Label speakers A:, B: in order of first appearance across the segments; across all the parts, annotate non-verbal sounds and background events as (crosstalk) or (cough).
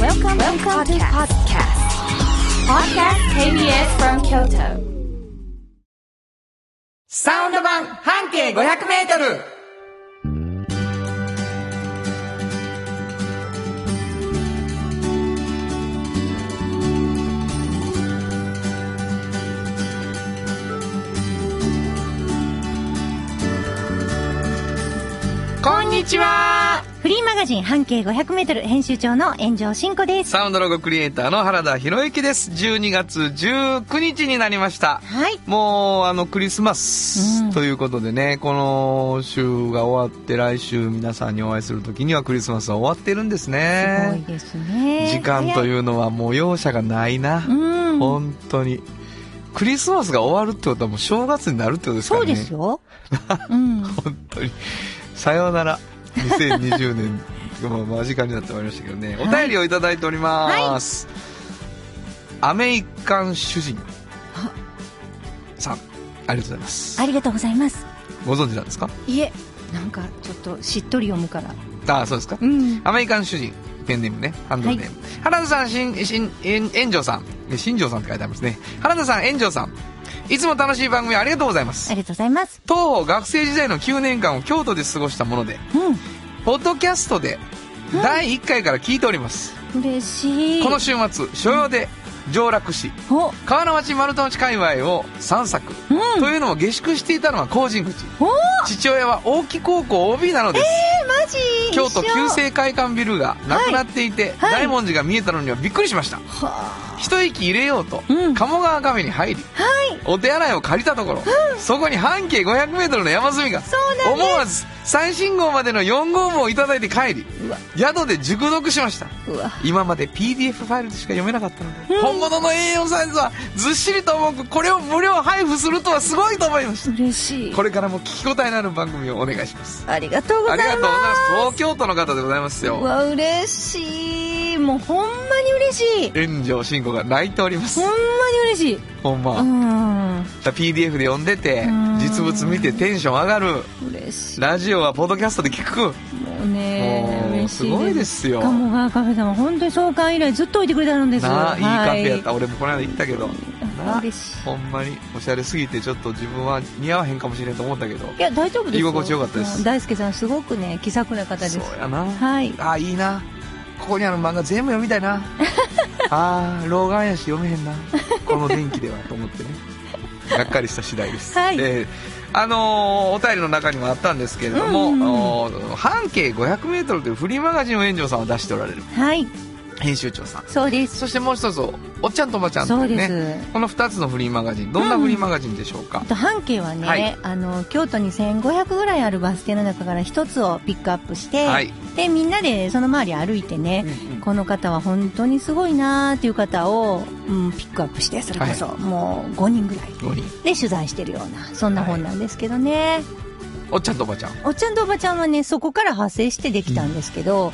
A: Welcome, Welcome to podcast. Podcast KBS from Kyoto.
B: サウンド版半径500メートルこんにちは
C: フリーマガジン半径500メートル編集長の炎上真子です。
B: サウンドロゴクリエイターの原田博之です。12月19日になりました。
C: はい。
B: もうあのクリスマス、
C: うん
B: ということでねこの週が終わって来週皆さんにお会いする時にはクリスマスは終わってるんです
C: すごい
B: ね
C: ですね。
B: 時間と
C: う。
B: いうのはもう容赦がないな、
C: うん。
B: 本当にクリスマスが終わるってことはもう正月になるってことですか
C: そ
B: ら
C: う
B: ね
C: です
B: (laughs)
C: よ。うん。
B: 本当にさようなら2020年もう間近になってまいりましたけどねお便りをいただいております、アメリカン主人さんありがとうございます
C: ありがとうございます。
B: ご存知なんですか
C: いえ、なんかちょっとしっとり読むから。
B: ああそうですか、
C: うん。
B: アメリカン主人ペンネームねハンドルネーム、原田さんしんしんえん炎上さんえ新庄さんって書いてありますね原田さん炎上さんいつも楽しい番組ありがとうございま
C: あ
B: す
C: りがとうございます。
B: 当方学生時代の9年間を京都で過ごしたもので
C: う
B: ポッドキャストで第1回から聞いております、
C: ん。嬉しい。
B: この週末所要で上洛市
C: お、
B: 川の町丸太町界隈を散策、
C: うん。
B: というのも下宿していたのは高神口
C: おー
B: 父親は大木高校 OB なのです、
C: え、マジ
B: 京都
C: 一緒
B: 旧制会館ビルがなくなっていて、
C: はいはい
B: 大文字が見えたのにはびっくりしました、
C: は
B: 一息入れようと、
C: うん
B: 鴨川カフェに入り
C: あはい。
B: お手洗いを借りたところ、そこに半径 500m の山積みが
C: そうなんです
B: 思わず最新号までの4号もいただいて帰り
C: うわ、
B: 宿で熟読しました
C: うわ。
B: 今まで PDF ファイルでしか読めなかったので、
C: うん
B: 本物の A4 サイズはずっしりと重くこれを無料配布するとはすごいと思いました
C: 嬉しい。
B: これからも聞き応えのある番組をお願いします
C: ありがとうござ
B: あ
C: い
B: り
C: ます。
B: がとうございます東京都の方でございます
C: う
B: よ
C: わ、嬉しい。もうほんまに嬉しい。
B: 炎上慎吾が泣いておりま
C: ほ
B: す
C: んまに嬉しい。
B: ほんま、
C: うん。
B: だ PDF で読んでて
C: うん
B: 実物見てテンション上がる
C: 嬉しい。
B: ラジオはポッドキャストで聞く
C: もうね
B: もう、
C: 嬉しい。
B: すごいですよ
C: 鴨川カフェさんは本当に創刊以来ずっと置いてくれてあるんですよ。
B: なあいいカフェやった、
C: は
B: 俺もこの間行ったけどなあ
C: 嬉しい
B: ほんまにおしゃれすぎてちょっと自分は似合わへんかもしれんと思ったけど
C: い。いや、大丈夫です
B: 居心地よかったです
C: うん大輔さん、すごくね、気さくな方です。
B: そうやな、
C: はい。
B: あいいなここにある漫画全部読みたい
C: (laughs)
B: なあー老眼やし読めへんなこの電気ではと思っ
C: (laughs)
B: てねがっかりした次第です、
C: はい
B: であのーお便りの中にもあったんですけれども、
C: うんうんうん
B: おー半径 500m というフリーマガジンを園長さんは出しておられる
C: はい。
B: 編集長さん
C: そうです。
B: そしてもう一つおおっちゃんとおばちゃんと
C: そう
B: いう
C: で
B: ね
C: す。
B: この2つのフリーマガジンどんなフリーマガジンでしょうか
C: あ、と半径はね、
B: はい
C: あの京都に1500ぐらいあるバス停の中から一つをピックアップして、
B: はい
C: でみんなでその周り歩いてね、
B: うんうん
C: この方は本当にすごいなーっていう方を、うん、ピックアップしてそれこそ、もう5人ぐらい
B: 五人
C: で取材してるようなそんな本なんですけどね、
B: おっちゃんとおばちゃん
C: おっちゃんとおばちゃんはねそこから派生してできたんですけど、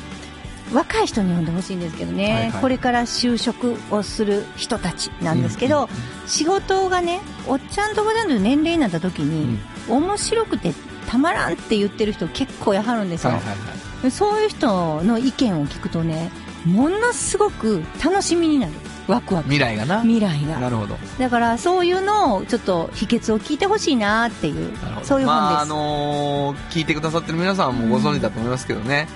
C: 若い人に読んでほしいんですけどね、
B: はいはい
C: これから就職をする人たちなんですけど、仕事がねおっちゃんとおばちゃんの年齢になった時に、面白くてたまらんって言ってる人結構やはるんですよ、
B: はいはいはい
C: そういう人の意見を聞くとねものすごく楽しみになるワクワク
B: 未来がな
C: 未来が
B: なるほど
C: だからそういうのをちょっと秘訣を聞いてほしいなっていう
B: なるほど
C: そういう
B: まあ
C: 本
B: あ
C: です、
B: のー聞いてくださってる皆さんもご存知だと思いますけどね、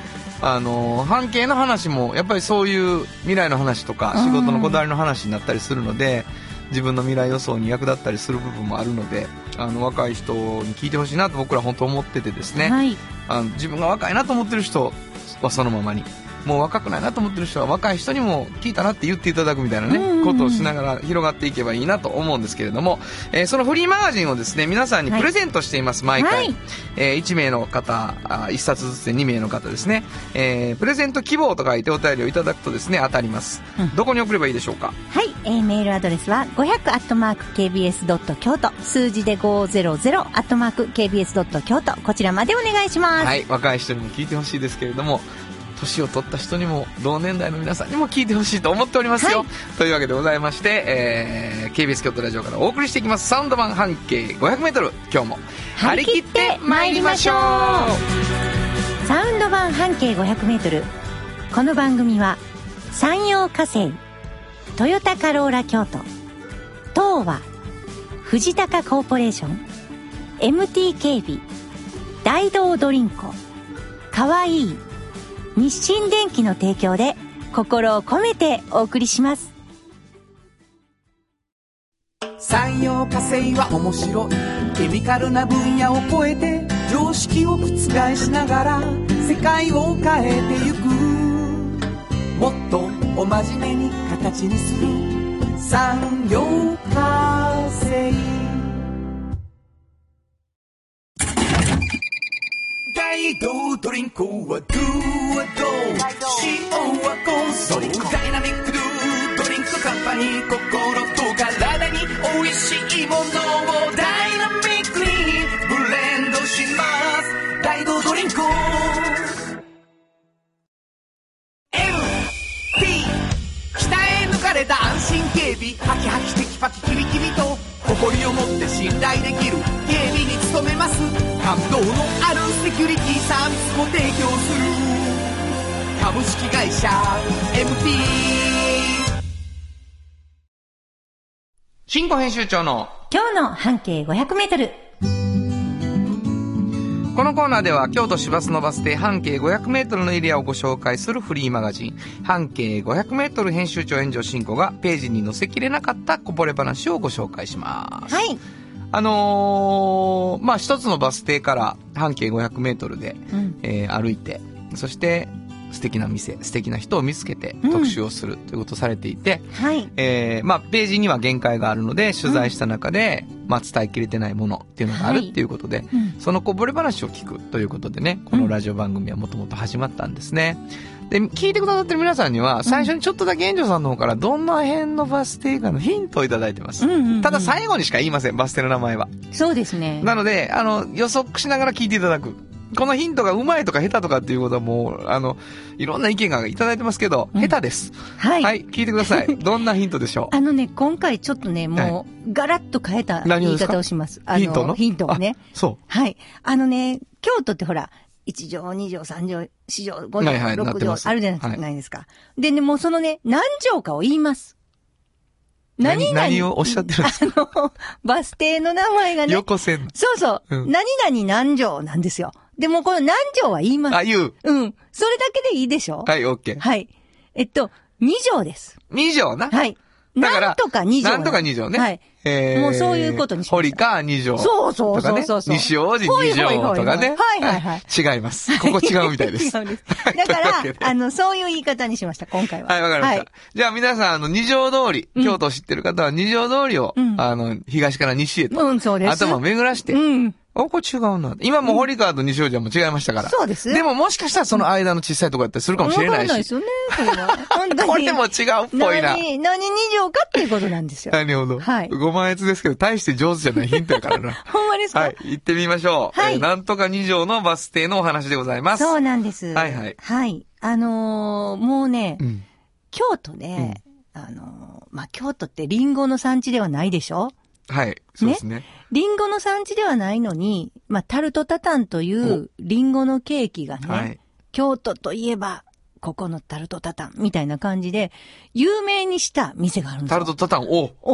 B: あのー半径の話もやっぱりそういう未来の話とか
C: うん
B: 仕事のこだわりの話になったりするので、自分の未来予想に役立ったりする部分もあるのであの若い人に聞いてほしいなと僕ら本当思っててですね、
C: はい
B: あの自分が若いなと思ってる人はそのままにもう若くないなと思ってる人は若い人にも聞いたなって言っていただくみたいなね、
C: うんうんうん
B: ことをしながら広がっていけばいいなと思うんですけれども、えーそのフリーマガジンをですね皆さんにプレゼントしています、毎回、
C: はい
B: え1名の方あ1冊ずつで2名の方ですね、えープレゼント希望と書いてお便りをいただくとですね当たります、
C: うん
B: どこに送ればいいでしょうか
C: はい、えーメールアドレスは500アットマーク KBS ドット京都数字で500アットマーク KBS ドット京都こちらまでお願いします。
B: はい、若い人にも聞いてほしいですけれども年を取った人にも同年代の皆さんにも聞いてほしいと思っておりますよ、
C: はい
B: というわけでございまして、えー、KBS 京都ラジオからお送りしていきますサウンド版半径 500m 今日も
C: 張り切って参りましょうサウンド版半径500メートル。この番組は
D: 山陽火星トヨタカローラ京都東和藤高コーポレーション MT 警備大道ドリンコかわいい日清電機の提供で心を込めてお送りします
E: 産業化成は面白いケミカルな分野を超えて常識を覆しながら世界を変えてゆくもっとお真面目に形にする産業化成大道ドリンクはドゥはドゥ塩はコンソリダイナミックドゥドリンクカンパニー心と体に美味しいものをダイナミックにブレンドします大道ドリンク MT 鍛え抜かれた安心警備ハキハキテキパキキビキビと誇りを持って信頼できる警備に努めます感動のあるセキュリティサービスも提供する株式会社 MT
B: 新語編集長の
D: 今日の半径 500m
B: このコーナーでは京都市バスのバス停半径 500m のエリアをご紹介するフリーマガジン半径 500m 編集長炎上進行がページに載せきれなかったこぼれ話をご紹介します。
C: はい。
B: あのーまあ、一つのバス停から半径500メートルで、
C: うん
B: えー歩いて、そして、素敵な店、素敵な人を見つけて
C: うん
B: 特集をするということをされていて、
C: はい。
B: えーまあ、ページには限界があるので、取材した中で、まあ、伝えきれてないものっていうのがあるっていうことで、
C: うん
B: そのこぼれ話を聞くということでね、このラジオ番組はもともと始まったんですね。で、聞いてくださってる皆さんには、最初にちょっとだけ園長さんの方から、どんな辺のバス停かのヒントをいただいてます。
C: うんうんうん
B: ただ最後にしか言いません、バス停の名前は。
C: そうですね。
B: なので、あの、予測しながら聞いていただく。このヒントがうまいとか下手とかっていうことはもう、あの、いろんな意見がいただいてますけど、
C: うん
B: 下手です。
C: はい。
B: はい、聞いてくだ
C: (laughs)
B: さい。どんなヒントでしょう
C: あのね、今回ちょっとね、もう、ガラッと変えた
B: 何を
C: 言
B: で
C: い
B: すか
C: 方をします。あの
B: ヒントの
C: ヒントをね。
B: そ
C: はい。あのね、京都ってほら、1畳、2畳、3畳、4畳、5
B: はい
C: 畳、
B: はいなって
C: 6
B: ます
C: 畳、あるじゃ
B: はい
C: ないですか。でね、もうそのね、何畳かを言います。何
B: 何
C: 々
B: 何をおっしゃってるんです
C: かあの、バス停の名前が
B: う。
C: ね、
B: 横線。
C: そうそう、
B: うん
C: 何々何畳なんですよ。でもこの何畳は言います。
B: あ、言う。
C: うん。それだけでいいでしょ
B: はい、オッケー。
C: はい。えっと、2畳です。
B: 二条な。
C: はい。
B: だから
C: なんとか2畳。
B: なんとか二条ね。
C: はい。
B: えー、
C: もうそういうことにしました
B: 堀川二条。
C: そうそう
B: とか
C: そう
B: ね
C: そうそう。
B: 西王子二条とかね。
C: はいはいはい。
B: はい違います。ここ違うみたい
C: (laughs)
B: です。
C: 違うんです
B: (laughs) はい
C: だか
B: というわけ
C: ら
B: で、
C: あの、そういう言い方にしました、今回は。
B: はい、わかりました。
C: はい
B: じゃあ皆さん、あの、二条通り、
C: うん
B: 京都を知ってる方は二条通りを、
C: うん
B: あの、東から西へと、
C: うん、そうです。
B: 頭を巡らして、
C: うん。
B: あ、これ違うな。今もう堀川と西条じゃもう違いましたから。
C: そうです。
B: でももしかしたらその間の小さいとこやったりするかもしれ
C: わ
B: な
C: かんない
B: い
C: です
B: し。
C: よね、これは。本当に。
B: これも違うっぽいな。
C: 何、何二条かっていうことなんですよ。
B: なるほど。
C: はい
B: ご満悦ですけど、大して上手じゃないヒントやからな。
C: ほんまですか、
B: はい、行ってみましょう。
C: はい
B: えーなんとか二条のバス停のお話でございます。
C: そう
B: う。
C: なんです。
B: はいはい
C: はい。あのーもうね、
B: ん。
C: 京都ね、あのーまあ、京都ってリンゴの産地ではないでしょ
B: はい、そうですね。
C: リンゴの産地ではないのに、まあ、タルトタタンというリンゴのケーキがね、
B: はい。
C: 京都といえば、ここのタルトタタンみたいな感じで、有名にした店があるんです
B: タ
C: よ。
B: ルトタタン、お
C: お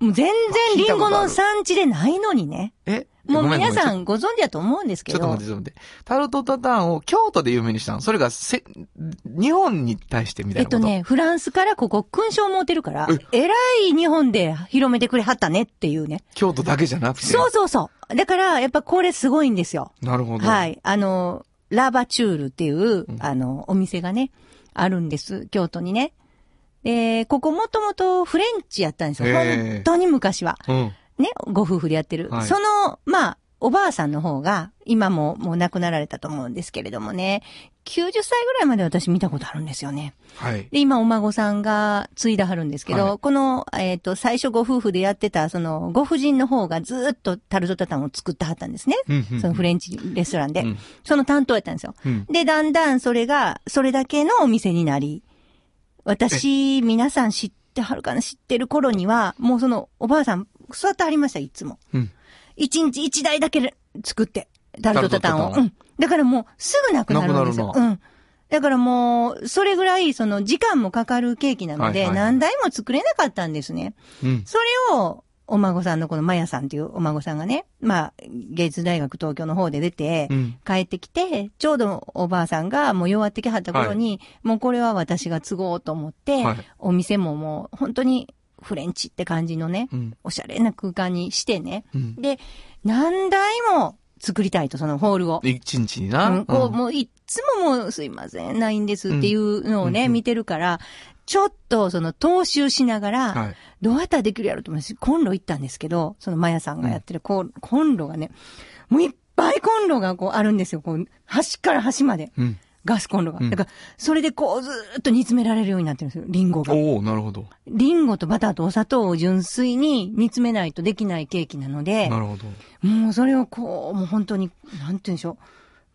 C: もう全然リンゴの産地でないのにね。
B: え
C: もう皆さ
B: ん
C: んご存知だと思うんですけ
B: ちょ
C: ど。
B: っと待って、ちょっと待って。タルトタタンを京都で有名にしたのそれがせ、日本に対してみた
C: え
B: い
C: っ
B: なこと。
C: とね、フランスからここ勲章持ってるから
B: え、
C: えらい日本で広めてくれはったねっていうね。
B: 京都だけじゃなくて。
C: そうそうそう。だから、やっぱこれすごいんですよ。
B: なるほど。
C: はい。あの、ラバチュールっていう
B: う、ん
C: あの、お店がね、あるんです。京都にね。で、ここもともとフレンチやったんですよ。
B: へー
C: 本当に昔は。
B: うん。
C: ね、ご夫婦でやってる。
B: はい
C: その、まあ、おばあさんの方が、今ももう亡くなられたと思うんですけれどもね、90歳ぐらいまで私見たことあるんですよね。
B: はい。
C: で、今お孫さんが継いだはるんですけど、
B: は
C: この、えっ、と、最初ご夫婦でやってた、その、ご婦人の方がずーっとタルトタタンを作ってはったんですね。
B: うんうん
C: そのフレンチレストランで。
B: うん
C: その担当やったんですよ。
B: うん
C: で、だんだんそれが、それだけのお店になり、私、皆さん知ってはるかな知ってる頃には、もうその、おばあさん、座ってはりました、いつも。
B: うん
C: 一日一台だけ作って、タルトタタンを。
B: タルトタタンを
C: うん。だからもう、すぐなくなるんですよ。
B: なくな
C: うん。だからもう、それぐらい、その、時間もかかるケーキなの
B: はい
C: で、
B: はい
C: 何台も作れなかったんですね。
B: うん。
C: それを、お孫さんのこのマヤさんっていうお孫さんがね、まあ、芸術大学東京の方で出て、
B: うん。
C: 帰ってきて、ちょうどおばあさんがもう弱ってきはった頃に、もうこれは私が都合と思って、
B: はい
C: お店ももう本当にフレンチって感じのね、
B: うん。
C: おしゃれな空間にしてね。
B: うん。
C: で、何台も作りたいと、そのホールを。
B: 一日に
C: う。
B: なん
C: こう、
B: ん
C: もういっつももうすいません、ないんですっていうのをね、
B: うん
C: 見てるから、ちょっとその踏襲しながら、
B: はい。
C: どうやったらできるやろうと思います。コンロ行ったんですけど、そのマヤさんがやってるコ,、コンロがね、もういっぱいコンロがこうあるんですよ。こう、端から端まで。
B: うん。
C: ガスコンロが。
B: うん
C: だから、それでこうずーっと煮詰められるようになってるんですよ。リンゴが。
B: おおなるほど。
C: リンゴとバターとお砂糖を純粋に煮詰めないとできないケーキなので、
B: なるほど。
C: もうそれをこう、もう本当に、なんて言うんでしょ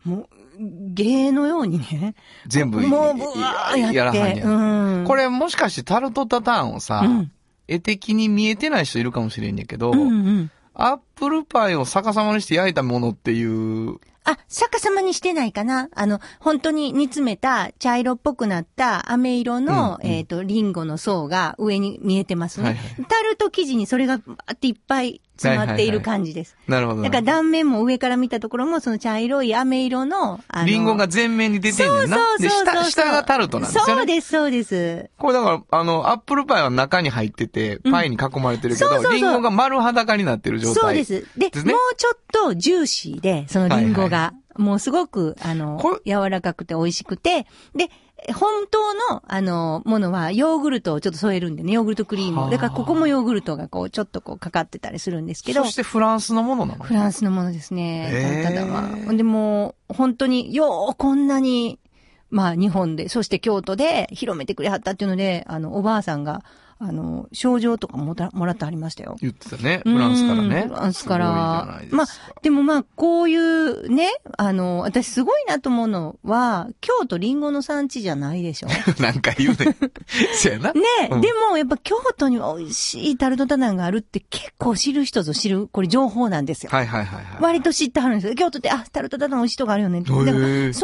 C: う。もう、芸のようにね。
B: 全部い
C: もう、ぶわーやって。
B: らはんや
C: うん。
B: これもしかしてタルトタタンをさ、
C: うん
B: 絵的に見えてない人いるかもしれんねんけど、
C: うんうん。
B: アップルパイを逆さまにして焼いたものっていう、
C: あ、逆さまにしてないかなあの、本当に煮詰めた茶色っぽくなった飴色の、
B: うんうん
C: えっ、と、リンゴの層が上に見えてますね。
B: はいは
C: タルト生地にそれがバーっていっぱい詰まっている感じです。
B: なるほどな
C: だから断面も上から見たところも、その茶色い飴色の、あの、
B: リンゴが全面に出て
C: そ
B: んね
C: うんそ
B: な。
C: うそうそう
B: で、下、下がタルトなんですよね。
C: そうです、そうです。
B: これだから、あの、アップルパイは中に入ってて、パイに囲まれてるけど、
C: そうそうそう
B: リンゴが丸裸になってる状態。
C: そうです。で、
B: ですね
C: もうちょっとジューシーで、そのリンゴが、
B: は
C: もうすごく、あの
B: こ、
C: 柔らかくて美味しくて、で、本当の、あの、ものは、ヨーグルトをちょっと添えるんでね、ヨーグルトクリー
B: は
C: ム。
B: あ
C: だから、ここもヨーグルトが、こう、ちょっとこう、かかってたりするんですけど
B: そ、してフランスのものなの
C: フランスのものですね、
B: へえ
C: タルタダは。でもう、本当に、よう、こんなに、まあ、日本で、そして京都で広めてくれはったっていうので、あの、おばあさんが、あの、賞状とかもたもらってありましたよ。
B: 言ってたね。フランスからね
C: う。んフランスから
B: すごいじゃないですか。
C: でもまあ、こういうね、あの、私すごいなと思うのは、京都リンゴの産地じゃないで
B: (laughs)
C: しょ。ね
B: (laughs) なん (laughs) か言うね。そうやな。
C: え、
B: うん
C: でもやっぱ京都には美味しいタルトタナンがあるって結構知る人ぞ知る、これ情報なんですよ。
B: はいはいはいはい。
C: 割と知ってはるんですよ。京都って、あ、タルトタナン美味しいとこあるよね。だから
B: へ
C: それが
B: ー
C: ね、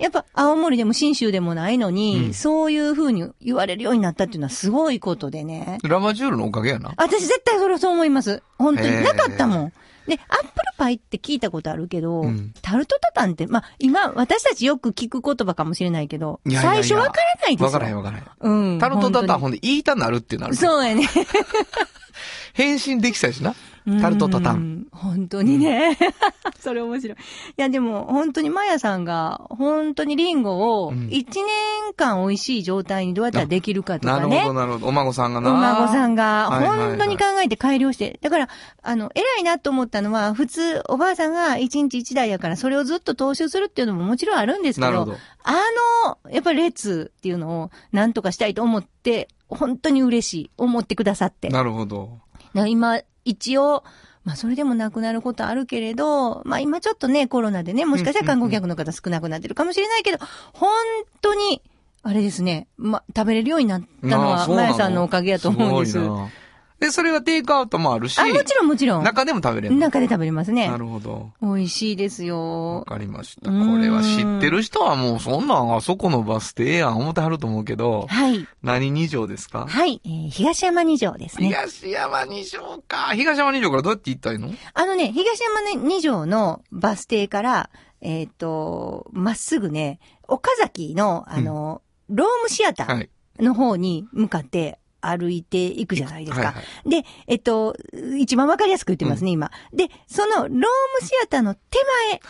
C: やっぱ青森でも信州でもないのに、
B: うん
C: そういう風に言われるようになったっていうのはすごいことでね。
B: ラマジュールのおかげやな。
C: 私絶対それはそう思います。本当
B: へー
C: に。なかったもん。で、アップルパイって聞いたことあるけど、
B: うん
C: タルトタタンって、まあ、今、私たちよく聞く言葉かもしれないけど、
B: いやいやいや
C: 最初わからないですよ。
B: わからへんわからへん。
C: うん。
B: タルトタタ
C: 本
B: ンほんで言いたなるってな
C: 当
B: る
C: に。。そうやね。
B: 変身できたしな。 (laughs) タルトタタ
C: う
B: ン。
C: ん。本当にね。 (laughs) それ面白い。いや、でも、本当にマヤさんが、本当にリンゴを、
B: うん
C: 1年間美味しい状態にどうやったらできるかと
B: な
C: か
B: る
C: ね
B: ほど。なるほど。お孫さんがな。
C: お孫さんが、
B: はいはいはい
C: 本当に考えて改良して。だから、あの、偉いなと思ったのは、普通、おばあさんが一日一台やから、それをずっと踏襲するっていうのももちろんあるんですけ
B: な
C: ど、
B: るほど。
C: あの、やっぱり列っていうのを、なんとかしたいと思って、本当に嬉しい。思ってくださって。だか
B: なるほど。
C: ら今、一応、まあ、それでもなくなることあるけれど、まあ、今ちょっとね、コロナでね、もしかしたら観光客の方少なくなってるかもしれないけど、本当に、あれですね、まあ、食べれるようになったの
B: ああ
C: は、
B: そう
C: ま
B: な
C: やさんのおかげやと思うんです。
B: ごいなで、それはテイクアウトもあるし、
C: あ、もちろんもちろん。
B: 中でも食べれる。
C: 中で食べれますね
B: な。るほど。
C: 美味しいです
B: わ
C: よ。
B: かりました。
C: う
B: こ
C: ん
B: れは知ってる人はもうそんなんあそこのバス停やん思ってはると思うけど、
C: はい。
B: 何二条ですか
D: はい、えー東山二条ですね。
B: 東山二条か。東山二条からどうやって行ったらいいの
C: あのね、東山二条のバス停から、えっ、と、まっすぐね、岡崎の、あの、ロームシアタ
B: は
C: ー
B: い。
C: の方に向かって歩いていくじゃないです
B: はいは
C: か。
B: い。
C: で、えっと、一番わかりやすく言ってますね、今。で、そのロームシアターの手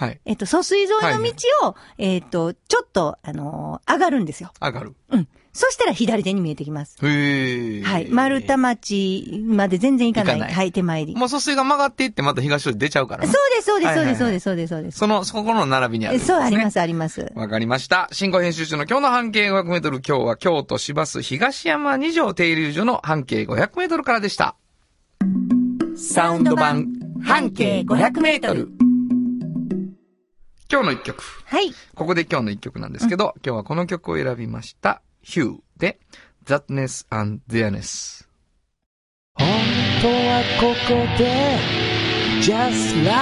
C: 前、
B: はい。
C: えっと、疎水沿いの道を、えっと、ちょっと、あの上がるんですよ。
B: 上がる。
C: そしたら左手に見えてきます。
B: へえ。
C: はい。丸太町まで全然行かない。
B: 行かない
C: はい、手前に。
B: もう疎水が曲がっていってまた東通り出ちゃうから
C: そう
B: ね。
C: です、そうで
B: は
C: す、
B: いはいはい
C: そうです、そうです、そうです。
B: その、そこの並びにある、。
C: えそう、ありますす、あります。
B: わかりました。新語編集長の今日の半径500メートル、今日は京都市バス東山二条停留所の半径500メートルからでした。
E: サウンド版半径500メートル
B: 今日の一曲。
C: はい。
B: ここで今日の一曲なんですけど、今日はこの曲を選びました。ヒューで、Thatness and Dearness。
E: 本当はここで Just Like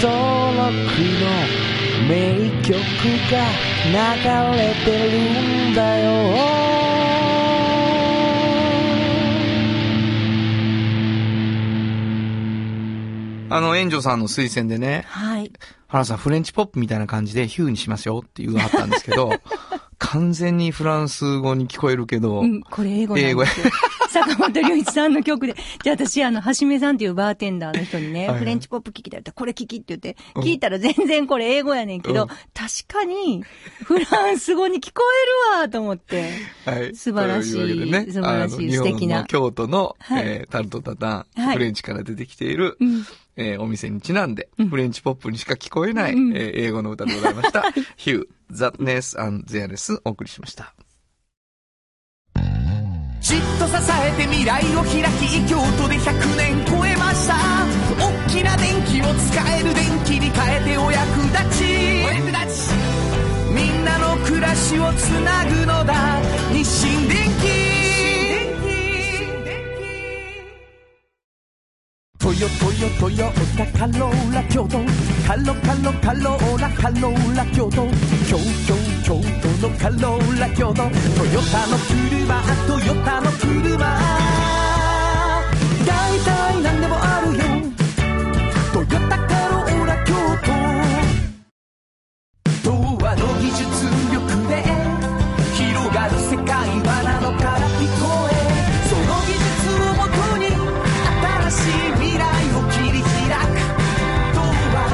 E: 登録の名曲が流れてるんだよ
B: あの、援助さんの推薦でね、
D: はい。
B: 原さんフレンチポップみたいな感じでヒューにしますよっていうのあったんです
E: (laughs)
B: けど、完全にフランス語に聞こえるけど、
C: うん、これ英語なんです
B: 英語
C: よ
B: や。
C: (laughs) 坂本龍一さんの曲で。じゃあ私、あの、はしめさんっていうバーテンダーの人にね、
B: はいはい
C: フレンチポップ聞きたいって、これ聞きって言って、
B: うん
C: 聞いたら全然これ英語やねんけど、
B: うん
C: 確かに、フランス語に聞こえるわと思って。
B: はい。
C: 素晴らしい
B: とうわけでね
C: 素晴らしい
B: あの
C: 素敵な
B: 日本の京都の、
C: はい
B: えータルトタタン、
C: はい
B: フレンチから出てきている、
C: うん。
B: えーお店にちなんで、
C: うん
B: フレンチポップにしか聞こえない、
C: うん
B: えー英語の歌でございました。ヒュー、ザ・ネス・アン・ゼアレス、お送りしました。
E: じっと支えて未来を開き京都で100年超えました大きな電気を使える電気に変えてお役立ちお役立ちみんなの暮らしをつなぐのだ日清電気トヨトヨトヨタカローラ京都カロカロカローラカローラ京都京京京都のカローラ京都トヨタの車トヨタの車大体何でもあるよトヨタカローラ京都童話の技術力で広がる世界はなのから聞こえその技術をもとに新しい未来を切り開く童話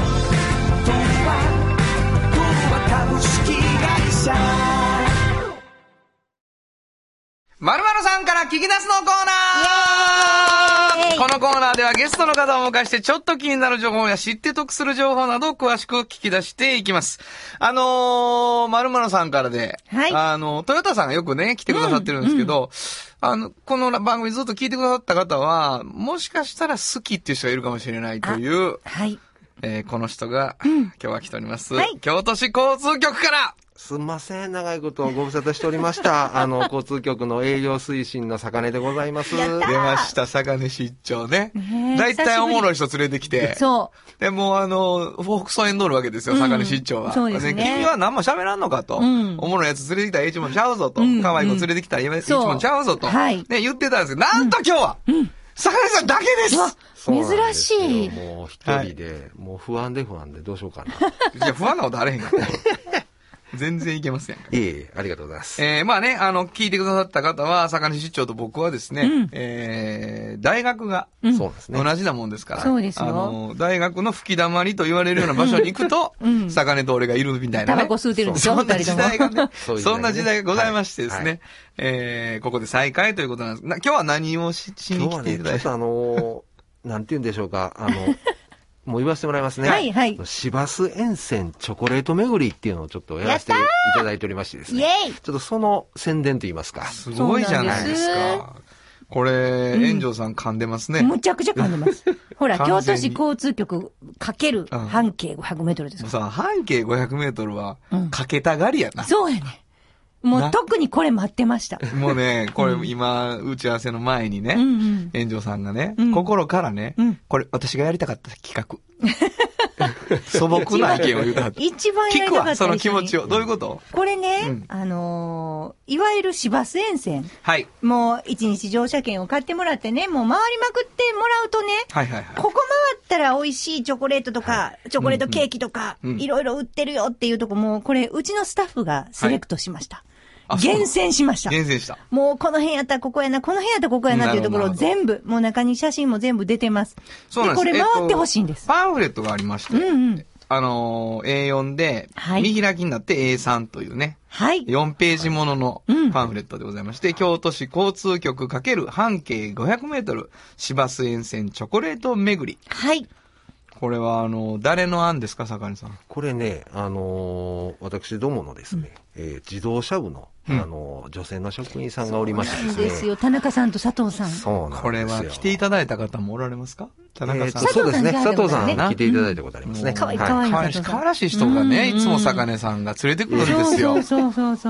E: 童話童話株式会社
B: まるまるさんから聞き出すのコーナーこのコーナーではゲストの方をお迎えしてちょっと気になる情報や知って得する情報などを詳しく聞き出していきます。あのー、まるまるさんからで、
C: はい
B: あの、トヨタさんがよくね、来てくださってるんですけど、あの、この番組ずっと聞いてくださった方は、もしかしたら好きっていう人がいるかもしれないという、
C: はい。
B: えーこの人が、今日は来ております、
C: はい
B: 京都市交通局から
F: すんません、長いことご無沙汰しており
C: (laughs)
F: ました。あの、交通局の営業推進の坂根でございます。
C: やった
B: 出ました、坂根市一丁ね
C: ね。え
B: だいたいおもろい人連れてきて。
C: そ
B: で、もうあの、フォークソンドるわけですよ、
C: うん
B: 坂根市長は。
C: そうですね
B: 君は何も喋らんのかと。
C: うん
B: おもろいやつ連れてきたらええちもんちゃうぞと
C: うん。
B: 可愛い子連れてきたらええち
C: そう
B: もんちゃうぞと。
C: はい
B: ね、言ってたんですけど、なんと今日は、坂根さんだけです
F: そうなんですよ
C: 珍しい
F: もう一人で、もう不安で不安でどうしよ
C: (laughs)
F: うか
B: い
F: な。
B: や、不安なことあれへんから。全然いけますやんか。
F: いえいえ、ありがとうございます。
B: えー、まあね、あの、聞いてくださった方は、坂根市長と僕はですね、えー、大学が、
F: そうですね。
B: 同じなもんですから。
C: そうですよ
B: あの、大学の吹き溜まりと言われるような場所に行くと、
C: (laughs) うん
B: 坂根と俺がいるみたいな、ね。
C: タバコ吸うてるんですよ
B: そんな
C: 二人
B: 時
C: とも
B: 代がね、
F: そういう時
B: (laughs)
F: 代ね
B: そんな時代がございましてですね、
F: はいはい
B: えー、ここで再開ということなんです。な今日は何をしし
F: 今
B: に
F: 日
B: 来
F: は
B: てい
F: ね、
B: た
F: ち
B: だ
F: ょ
B: い
F: っと
B: た
F: あの、なんて言うんでしょうか、あの、もう言わせてもらいます
C: (laughs)
F: ね。
C: はいはい
F: 市バス沿線チョコレート巡りっていうのをちょっとやらせていただいておりましてです
C: う。イ
F: ね。
C: ェイ
F: ちょっとその宣伝と言いますか。
B: すごいじゃないです
C: そうなんで
B: か。これ、炎上さん噛んでますね。も
C: (laughs) むちゃくちゃ噛んでます。ほら、京
B: (laughs) 完全
C: 都
B: に
C: 市交通局かける
B: うん
C: 半径500メートルです
B: う
C: か
B: さ、半径500メートルは
C: うん、
B: かけたがりやな
C: ら。。そうやね。もう
B: な
C: 特にこれ待ってま
B: (laughs)
C: した。
B: もうね、これ今、打ち合わせの前にね、
C: うんうん。
B: 炎上さんがね、
C: うん
B: 心からね、
C: うん
B: これ私がやりたかった企画。 (laughs) 素朴な意見を言うたはず
C: 一番や
B: 聞
C: りた
B: く
C: かった
B: わ、その
C: 一
B: 気
C: 緒に
B: 持ちを。どういうこと
C: これね、
B: うん
C: あのーいわゆる市バス沿線。
B: はい。
C: もう一日乗車券を買ってもらってね、もう回りまくってもらうとね、
B: はいはいはい。
C: ここ回ったら美味しいチョコレートとか、チョコレートケーキとか、
B: うんうん
C: いろいろ売ってるよっていうとこも、これ、うちのスタッフがセレクトしました。
B: あそう
C: 厳選しました。
B: 厳選した。
C: もうこの辺やったらここやな、この辺やったらここやなっていうところを
B: なるほど
C: 全部、もう中に写真も全部出てます。
B: そうなんです
C: でこれ回ってほしいんです
B: えっとパンフレットがありまして、
C: うんうん
B: あのー A4 で、
C: はい
B: 見開きになって A3 というね、
C: はい。
B: 4ページものの
C: うん
B: パンフレットでございまして、京都市交通局×半径500メートル、市バス沿線チョコレート巡り。
C: はい。
B: これは、あのー誰の案ですか、坂根さん。
F: これね、あのー私どものですね、えー自動車部の、
B: うん
F: あのー女性の職員さんがおりまして
C: いい
F: ですね。
C: ですよ。田中さんと佐藤さん。
F: そうなんですよ。
B: これは来てい
F: だ
B: ただいた方もおられますか田中さん。
F: えーとそうですね。
C: 佐
F: 佐
C: 藤
F: 藤
C: さ
F: さ
C: ん
F: ん
C: が
F: 来ていただいたことありますね。
B: もう
C: かわいい
F: は
C: かわいい
B: 可愛
C: 佐藤さん
B: 可愛らしい人がね、
C: うん
B: いつも坂根さんが連れてくるん
C: そう
B: ですよ。
C: そうそうそうそ。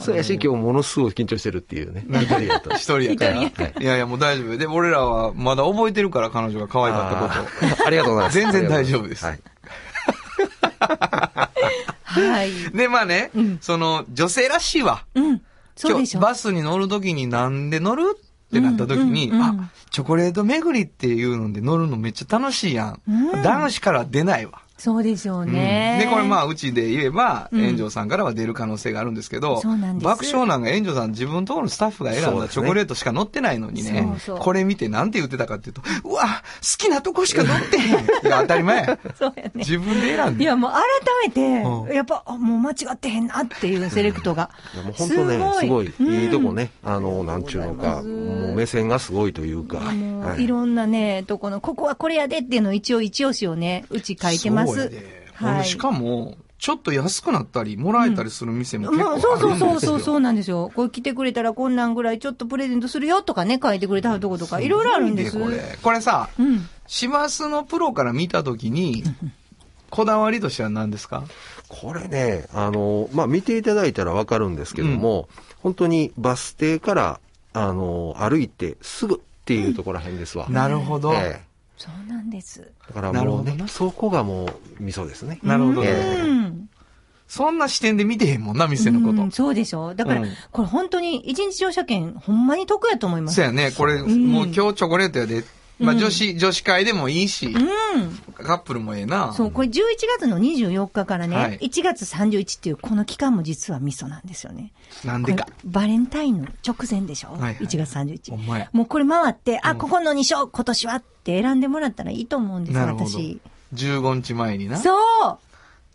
F: そううやし、今日ものすごい緊張してるっていうね。一人やと
B: 一人やから。
C: 一
F: 人やから
B: いやいや、もう大丈夫。で、俺らはまだ覚えてるから、彼女が可愛かったことを。
F: あーありがとうございます。
B: 全然大丈夫です
F: はい
C: はい。
B: で、まあね、
C: うん
B: その、女性らしいわ。
C: うん。そうでしょ
B: 今日、バスに乗るときになんで乗るってなったときに、
C: うんうんうん
B: あ、チョコレート巡りっていうので乗るのめっちゃ楽しいやん。
C: うん
B: 男子からは出ないわ。
C: そうでしょう
B: うん
C: ね。
B: で、これま
C: あ、
B: あ、うちで言えば、
C: うん
B: 炎上さんからは出る可能性があるんですけど、
C: そうなんです
B: 爆笑なんが炎上さん自分のところのスタッフが選ん
F: そう
B: だ
F: です
B: チ
F: ね
B: ョコレートしか乗ってないのにね、
C: そうそう
B: これ見てなんて言ってたかっていうと、うわ、好きなとこしか乗ってへん。いや、当たり前
C: (laughs)
B: や。
C: そうやね。
B: 自分で選ん
C: い
B: で。
C: や、もう改め
B: う
C: て、
B: ん
C: やっぱ、あもう間違ってへんなっていうセレクトが。
F: いやもう本当ね、すごい、いいとこね、あの、なんちゅうの
C: あ
F: か、
C: りがとうございます
F: もう目線がすごいというか、
C: もう、
F: はい
C: ろんなね、とこの、ここはこれやでっていうのを一応一押しをね、うち書いてま
B: そうや
C: す
B: で。
C: は
B: ほんで
C: い。
B: しかも、ちょっと安くなったり、もらえたりする店も結構
C: も
B: あるん
C: う
B: です
C: そ
B: よ。
C: うそうそうそうそうなんですよ。これ来てくれたらこんなんぐらいちょっとプレゼントするよとかね、書いてくれたとことか、いろいろあるんです。
B: すごいねこれ。これさ、
C: うん。
B: 市バスのプロから見たときに、こだわりとしては何ですか
F: これね、あの、まあ、見ていただいたらわかるんですけども、本当にバス停から、あの、歩いてすぐっていうところらへんですわ。
B: なるほど。
F: え
C: そうなんです。
F: えだから
B: なる
F: も
B: ほ
F: う
B: ど
F: ね
B: な、
F: そこがもう、味噌ですね。
B: なるほどね
C: うん。
B: そんな視点で見てへんもんな、店のこと。
C: うんそうでしょ。だから
B: うん、
C: これ本当に一日乗車券、ほんまに得やと思いま
B: そ
C: す。
B: うやね、これ、
C: ん
B: もう今日チョコレートやで。まあ
C: うん
B: 女子、女子会でもいいし、
C: うん。
B: カップルもええな。
C: そう、これ11月の24日から
B: は
C: ね
B: い、
C: 1月31っていうこの期間も実はミソなんですよね。
B: なん
C: こ
B: で
C: れ
B: か。
C: バレンタインの直前でしょ、
B: はいはい
C: ?1 月31。
B: ほんまや
C: もうこれ回って、あ、ここの2章、今年はって選んでもらったらいいと思うんです、
B: なるほど
C: 私。。
B: 15日前にな。
C: そ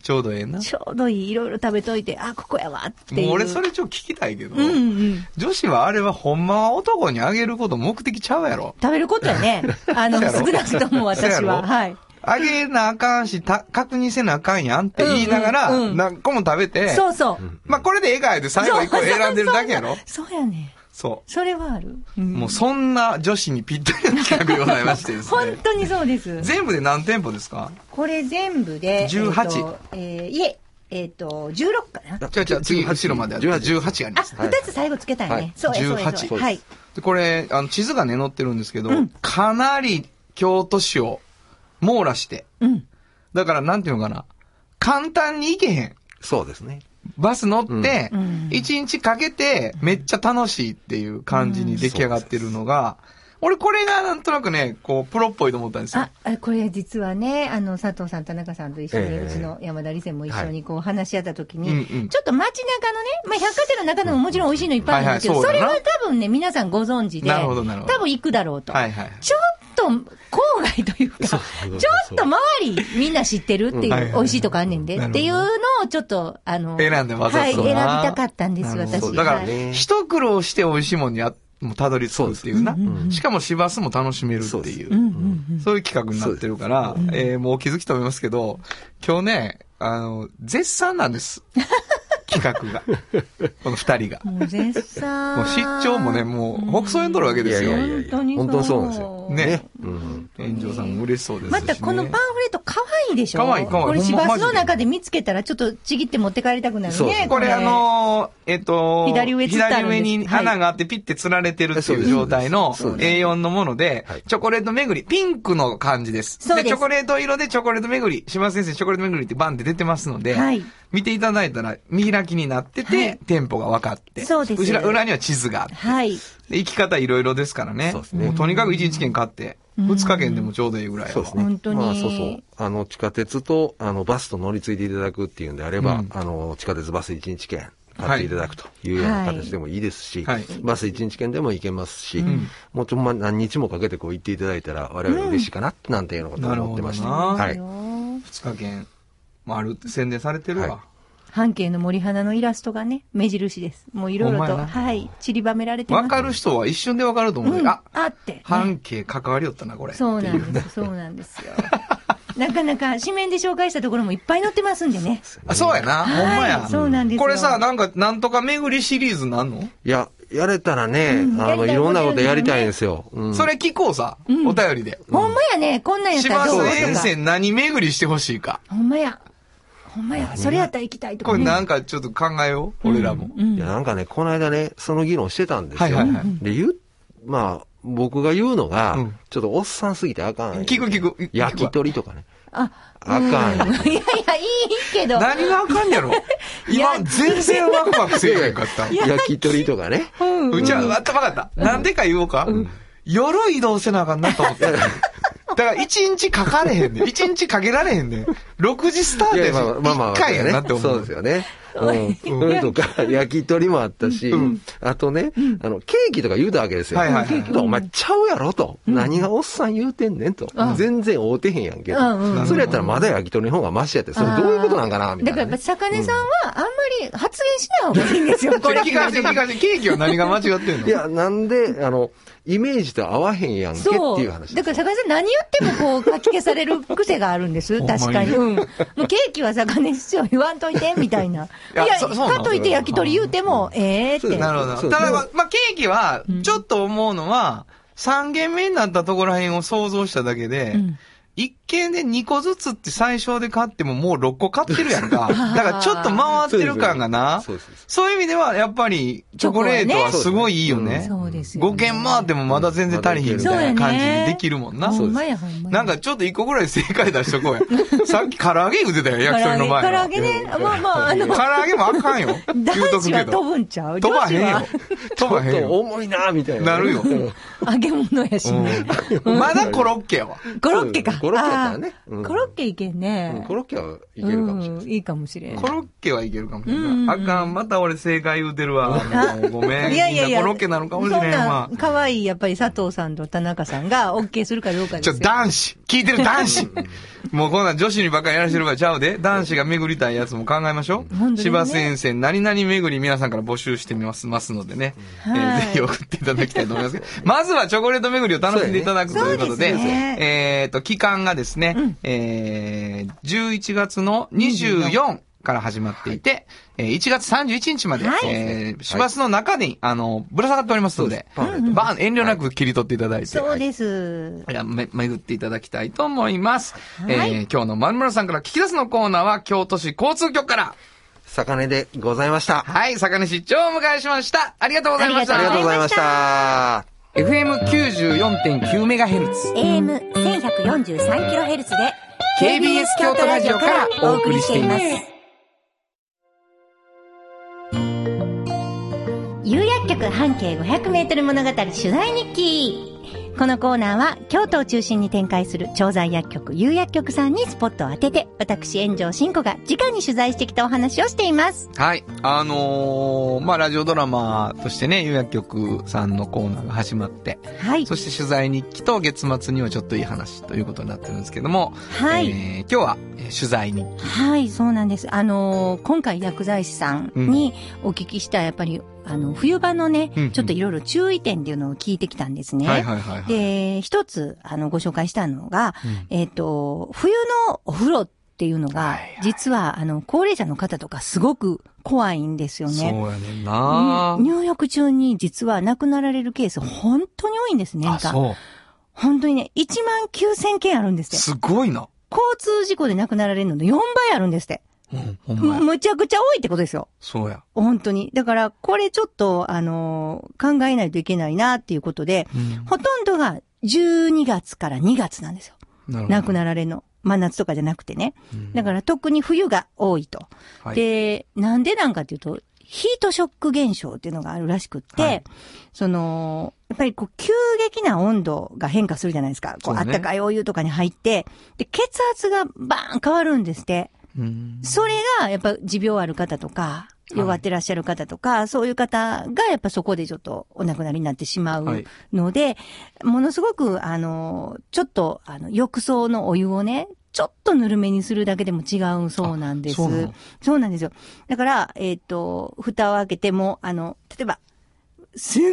B: ちょうどええな
C: う。ちょうどいい、いろいろ食べといて、あ、ここやわっていう。
B: もう俺それちょっと聞きたいけど、
C: うんうん。
B: 女子はあれはほんまは男にあげること目的ちゃうやろ。
C: 食べることや
B: (laughs)
C: ね。あの、
B: そうやろ
C: 少なくとも私
B: そうや
C: は。
B: ろ
C: はい。
B: あげなあかんし、た確認せなあかんやんって言いながら、
C: うんうんうん
B: 何個も食べて、
C: そうそう。
B: まあこれでええかいで最後1個選んでるだけやろ。
C: そうやね。
B: そ
C: それはある。う
B: う。
C: ん
B: もうそんな女子にぴったりの企画でございましてです
C: 本
B: ね。
C: 当にそうです。
B: 全部で何店舗ですか
C: これ全部で、
B: 18
C: えっとえーいえ、えっと、16かな。
B: じゃあじゃあ次
F: 18
B: 後ろまであって
F: 18
B: 18あり
C: あ、
B: ます。
F: はい
C: 2つ最後つけたいね。
F: はい
C: そうや、そうや、
B: 18
C: そうや。はい。
B: でこれ、あの地図がね載ってるんですけど、かなり京都市を網羅して、
C: うん。
B: だからなんていうのかな、簡単に行けへん。
F: そうですね。
B: バス乗って
C: うんうん、
B: 一日かけて、めっちゃ楽しいっていう感じに出来上がってるのが、俺これがなんとなくね、こう、プロっぽいと思ったんですよ
C: あ。、あこれ実はね、あの、佐藤さん、田中さんと一緒に、
F: ええ
C: うちの山田理生も一緒にこう話し合った時に、
B: うんうん
C: ちょっと街中のね、まあ、百貨店の中でももちろん美味しいのいっぱいあるんですけど、
B: はいはいそ
C: そ
B: うだな
C: れは多分ね、皆さんご存知で、
B: なるほどなるほど
C: 多分行くだろうと。
B: はいはい。
C: ちょっと、郊外というか、ちょ
F: そう
C: っと周りみんな知ってるっていう、
B: はいはい
C: 美味しいとこあんねんで、
B: なるほ
C: っ
B: ど
C: ていうのをちょっと、あの、
B: 選んでわざとな
C: はい、選びたかったんです、
B: なるほ
C: 私。
B: どだから
C: はい、
F: ね
B: 一苦労して美味しいもんにあもうたどり着くっていうな。
C: そうです
B: しかも市バスも楽しめるって
F: そうです
B: いう
C: ん
B: う。
C: うんうん。
B: そういう企画になってるから、えーもうお気づきと思いますけど、今日ね、あの、絶賛なん
C: (laughs)
B: です。企画が。この二人が。
C: もう絶賛。
B: もう出張もね、もう、北総縁取るわけです
F: い
B: よ
F: やい。や
C: 本当に
F: 本当そうなんですよ
B: ね
F: うん。
B: 炎上さんも嬉しそうですし、ね。
C: またこのパンフレット可愛いでしょ
B: 可愛い可愛い
C: これ
B: ほん
C: 市
B: ま
C: バ
B: マ
C: ス
B: ジで
C: の中で見つけたらちょっとちぎって持って帰りたくなる
F: そう
C: ね
F: そ。う
B: これあのーえっと、
C: 左上つってあ
B: 左
C: るんです
B: 上に穴があってピッて釣られてるっていう状態の
F: そうです
B: A4 のもので
F: はい、
B: チョコレート巡り、ピンクの感じです。
C: そうです
B: チョコレート色でチョコレート巡り、島津先生チョコレート巡りってバンって出てますので、
C: はい
B: 見ていただいたら見開きになってて、
C: はい
B: 店舗が分かって、
C: そうです
B: 後ろ裏には地図があって、
C: はい。
B: で行き方いろいろですからね。
F: そうですね
B: もうとにかく1日券買って、2日券でもちょうどいいぐらいの
F: そうですね。
C: 本当に
F: まあ、そうそう。あの、地下鉄と、あの、バスと乗り継いでいただくっていうんであれば、
B: うん
F: あの、地下鉄バス1日券買っていただくというような形でもいいですし、
B: はい
F: バス1日券でも行けますし、もうちょっとまあ何日もかけてこう行っていただいたら、我々嬉しいかな、なんていうようなことを思ってました。
B: なるほどな
F: はい。
B: 2日券もあるって宣伝されてるわ。
F: はい
C: 半径の森花のイラストがね、目印です。もういろいろ
B: ほんま
C: と、
B: やな
C: はい、散りばめられてます。
B: 分かる人は一瞬で分かると思うけ
C: うん、
B: ど、あ
C: あ、って、ね
B: 半径関わりよったな、これ。
C: そうなん
B: (laughs)
C: です、そうなんですよ。なかなか紙面で紹介したところもいっぱい載ってますんでね。
B: あ、そうやな。ほんま
C: は
B: や
C: い、。そうなんですよ。
B: これさ、なんか、なんとか巡りシリーズなんの、
F: いや、やれたらね、
C: うん
F: あ
C: や
F: の、
C: りたい
F: いろんなことやりたいんですよ。うん
B: それ聞こうさ、お便りで。
C: ほんまやね、こんなんやった
B: 島
C: らどう
B: 津
C: と
B: 沿
C: か。
B: 線何巡りしてほしいか。
C: ほんまや。ほんまや。それやったら行きたいと
B: こ
C: か、
B: れ
C: ね。
B: なんかちょっと考えよう、俺らも。
F: いや、なんかね、この間ね、その議論してたんですよ。
B: はいはいはい
F: で、言う、まあ、僕が言うのが、
B: うん
F: ちょっとおっさんすぎてあかん。
B: 聞く聞く
F: 焼き鳥とかね。
C: あ、 (laughs)
F: あかん
C: ういやいや、いいけど。
B: 何があかんや
C: (laughs)
B: ろ今、全然ワクワクせえへんかった。
F: 焼き鳥とかね。
B: うちは、あったまかった。なんでか言おうか。夜移動せなあかんなと
C: (laughs)
B: 思った。だから、一日かかれへんねん。一日かけられへんねん。6時スタート
F: い
B: やし、
F: やまあまあまあ
B: 1回やなって思
F: そううで。すよね。うん。それとか、焼き鳥もあったし、あとね、あの、ケーキとか言うたわけですよ。
B: はいはいはい
F: けどお前ちゃうやろと。何がおっさん言うてんねんと。全然会うてへんやんけ
C: うんうん
B: うん
F: ど。それやったらまだ焼き鳥の方がマシやって、それどういうことなんかなみた
C: だから
F: いな
C: やっぱ
F: ね。
C: 坂根さんは、あんまり発言しない方がいいんですよ、これ。
B: 聞かせて聞かせて、ケーキは何が間違ってんの。
F: いや、なんで、あの、イメージと合わへんやんけって
C: そう。
F: いう話
C: だ
F: です
C: から坂根さん何言ってもこう、書き消される癖があるんです
B: まに
C: 確かに。うん。もうケーキは坂根師匠言わんといて、みたいな。い
B: いや
C: や、
B: そそうなん
C: かといって焼き鳥言うても、ええって
F: そう。
B: なるほ
F: そ
B: ど。
F: う
B: ただ、
F: で
B: まあまあ、ケーキは、ちょっと思うのは、3軒目になったところら辺を想像しただけで、
C: ん
B: 1軒で2個ずつって最小で買ってももう6個買ってるやんか。だからちょっと回ってる感がな。
F: そうですそうです
B: そういう意味では、やっぱり、チョコレートはすごいいいよね。
C: そうですよ、ね。
B: 5軒回ってもまだ全然足りひんみたいな感じにできるもんな。
C: ほんまやほんまや。
B: なんかちょっと1個ぐらい正解出しとこうや。さっき唐揚げ言うてたよ、焼き鳥の前
C: 唐
B: は
C: 揚げ唐揚げね。まあまあ、あの、
B: 唐揚げもあか
C: (laughs)
B: んよ。言うと
C: 男
B: く
C: 子
B: け
C: は
B: ど
C: 飛。ぶんちゃう
B: 飛ばへんよ
C: 女子。
B: 飛ばへん
F: ちょっと
B: よ。
F: 重いなみたいな。
B: なるよ
F: うん
C: は揚げ物やしね。
B: うんまだコロッケやわ。
C: コロッケか。
F: コロッケやったらね
C: あー
F: うん
C: コロッケいけんね。
F: コロッケはいけるかもしれない。
C: うん、いいかもしれん。
B: コロッケはいけるかもしれ
C: うんうんうん
B: ない。あかん、また俺正解言うてるわ。もうごめん。
C: いやいやいや。
B: みんなコロッケなのかもしれ
C: そん
B: んわ
C: な。、可愛い、やっぱり佐藤さんと田中さんが OK するかどうかですよ。
B: ちょ、男子聞いてる男子 (laughs) もうこんなん女子にばっかりやらしてる場合ちゃうで。男子が巡りたいやつも考えましょ
C: 本当に
B: う。
C: ね
B: 芝先生、何々巡り皆さんから募集してみますますのでね。え
C: は
B: ー
C: い
B: ぜひ送っていただきたいと思いますけど。まずはチョコレート巡りを楽しんでいただくと
C: そう
B: い
C: や
B: う
C: ね
B: ことで
C: そうですね、
B: えっと、期間がですね、えー11月の24、から始まっていて、えー1月31日まで、
C: はい
B: えー市バスの中に、あの、ぶら下がっておりますので、
F: そうですパンフレット
B: バーン遠慮なく切り取っていただいて、
C: そうです。
B: いや、め、巡っていただきたいと思います。
C: はい
B: えー今日の丸村さんから聞き出すのコーナーは、京都市交通局から、
F: 坂根でございました。
B: はい、坂根市長をお迎えしました。ありがとうございました。
F: ありがとうございました。
B: FM94.9MHz、
D: AM1143kHz で
B: KBS 京都ラジオからお送りしています。
D: 有薬局半径500メートル物語取材日記。このコーナーは京都を中心に展開する調剤薬局有薬局さんにスポットを当てて、私炎上真子が直に取材してきたお話をしています。
B: はい。あのーまあ、ラジオドラマとしてね、有薬局さんのコーナーが始まって、
D: はい。
B: そして取材日記と月末にはちょっといい話ということになってるんですけども、
D: はい
B: えー今日は、えー取材日記。
C: はい、そうなんです。あのー今回薬剤師さんにお聞きした、やっぱり、あの、冬場のね、
B: うんうん
C: ちょっといろいろ注意点っていうのを聞いてきたんですね。
B: はいはいはいはい。
C: で、一つ、あの、ご紹介したのが、えっ、と、冬のお風呂っていうのが、
B: はいはい
C: 実は、あの、高齢者の方とかすごく怖いんですよ
B: そう
C: ね。
B: やねん
C: うん
B: な、
C: 入浴中に実は亡くなられるケース本当に多いんです、年
B: あ、
C: 間。
B: そう。
C: 本当にね、1万9000件あるんですって。
B: すごいな。
C: 交通事故で亡くなられるのの4倍あるんですって。
B: うん、ほんまや
C: むむちゃくちゃ多いってことですよ。
B: そうや。
C: 本当に。だから、これちょっと、あのー考えないといけないなっていうことで、
B: うん
C: ほとんどが12月から2月なんですよ。
B: なる
C: 亡く
B: な、
C: なられるの。真夏とかじゃなくてね。だからら特に冬が多いと。
B: はい
C: で、なんでなんかっていうと、ヒートショック現象っていうのがあるらしくって、
B: はい
C: その、やっぱりこう急激な温度が変化するじゃないですか。こう
B: そ
C: あ
B: う
C: っ
B: ね
C: たかいお湯とかに入って、で、血圧がバーン変わるんですって。
B: うん
C: それがやっぱ持病ある方とか、
B: い
C: 弱ってらっしゃる方とか、そういう方がやっぱそこでちょっとお亡くなりになってしま
B: は
C: う
B: い
C: ので、ものすごく、あの、ちょっと、あの、浴槽のお湯をね、ちょっとぬるめにするだけでも違うそうなんです。
B: あそうなの
C: そうなんですよ。だから、えっ、と、蓋を開けても、あの、例えば、すっ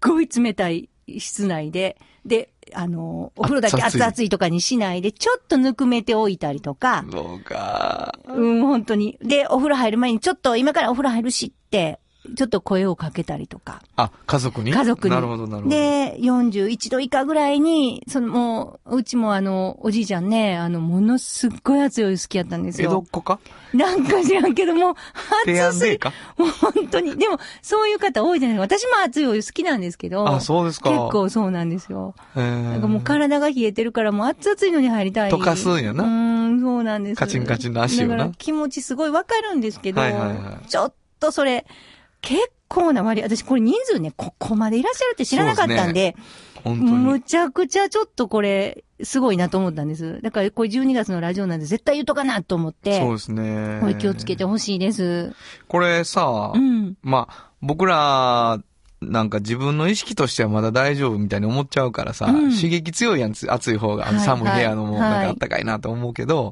C: ごい冷たい室内で、で、あの、お風呂だけ
B: 熱
C: 熱
B: 々
C: 々いとかにしないで、ちょっとぬくめておいたりとか、
B: そうか。
C: うん、本当に。で、お風呂入る前に、ちょっと今からお風呂入るしってちょっと声をかけたりとか。
B: あ、家族に
C: 家族に
B: なるほど、なるほど。
C: で、41度以下ぐらいに、そのもう、うちもあの、おじいちゃんね、あの、ものすっごい熱いお湯好きやったんです
B: 江戸っ
C: よ。
B: 子か
C: なんか知らんけども、
B: 提
C: 熱
B: 案
C: す
B: で
C: ぎ
B: い、か
C: もう本当に。でも、そういう方多いじゃないですか。私も熱いお湯好きなんですけど。
B: あ、そうですか。
C: 結構そうなんですよ。
B: へー、
C: なんかもう体が冷えてるからもう熱々いのに入りたい。
B: 溶かすんやな
C: うーん、そうなんです。
B: カチンカチンの足をな
C: だから気持ちすごいわかるんですけど、
B: はいはいはい
C: ちょっとそれ、結構な割合、私これ人数ね、ここまでいらっしゃるって知らなかったんで、
B: 本当に。
C: むちゃくちゃちょっとこれ、すごいなと思ったんです。だからこれ12月のラジオなんで絶対言うとかなと思って、
B: そうですね。
C: これ気をつけてほしいです。
B: これさ、
C: うん。
B: まあ、僕ら、なんか自分の意識としてはまだ大丈夫みたいに思っちゃうからさ、
C: うん
B: 刺激強いやん、つ暑い方が、あの
C: はい
B: 寒い部屋の
C: は
B: もう
C: い
B: なんかあったかいなと思うけど、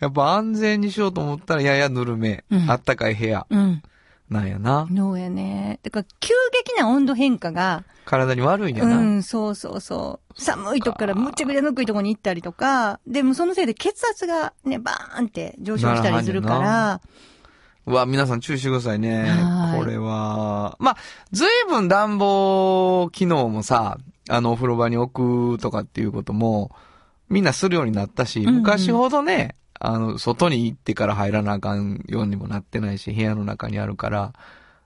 B: やっぱ安全にしようと思ったらややぬるめ、
C: うん
B: あったかい部屋
C: うん。
B: なんやな。
C: そうやね。だから急激な温度変化が、
B: 体に悪いんやな。
C: うん、そうそうそう。寒いとこからむっちゃくちゃぬくいとこに行ったりとか、でもそのせいで血圧がね、バーンって上昇したりする
B: なら
C: か
B: うわ、皆さん注意してくださいね
C: は。い
B: これは、まあ、ずいぶん暖房機能もさ、あの、お風呂場に置くとかっていうことも、みんなするようになったし、
C: んうん
B: 昔ほどね、あの、外に行ってから入らなあかんようにもなってないし、部屋の中にあるから、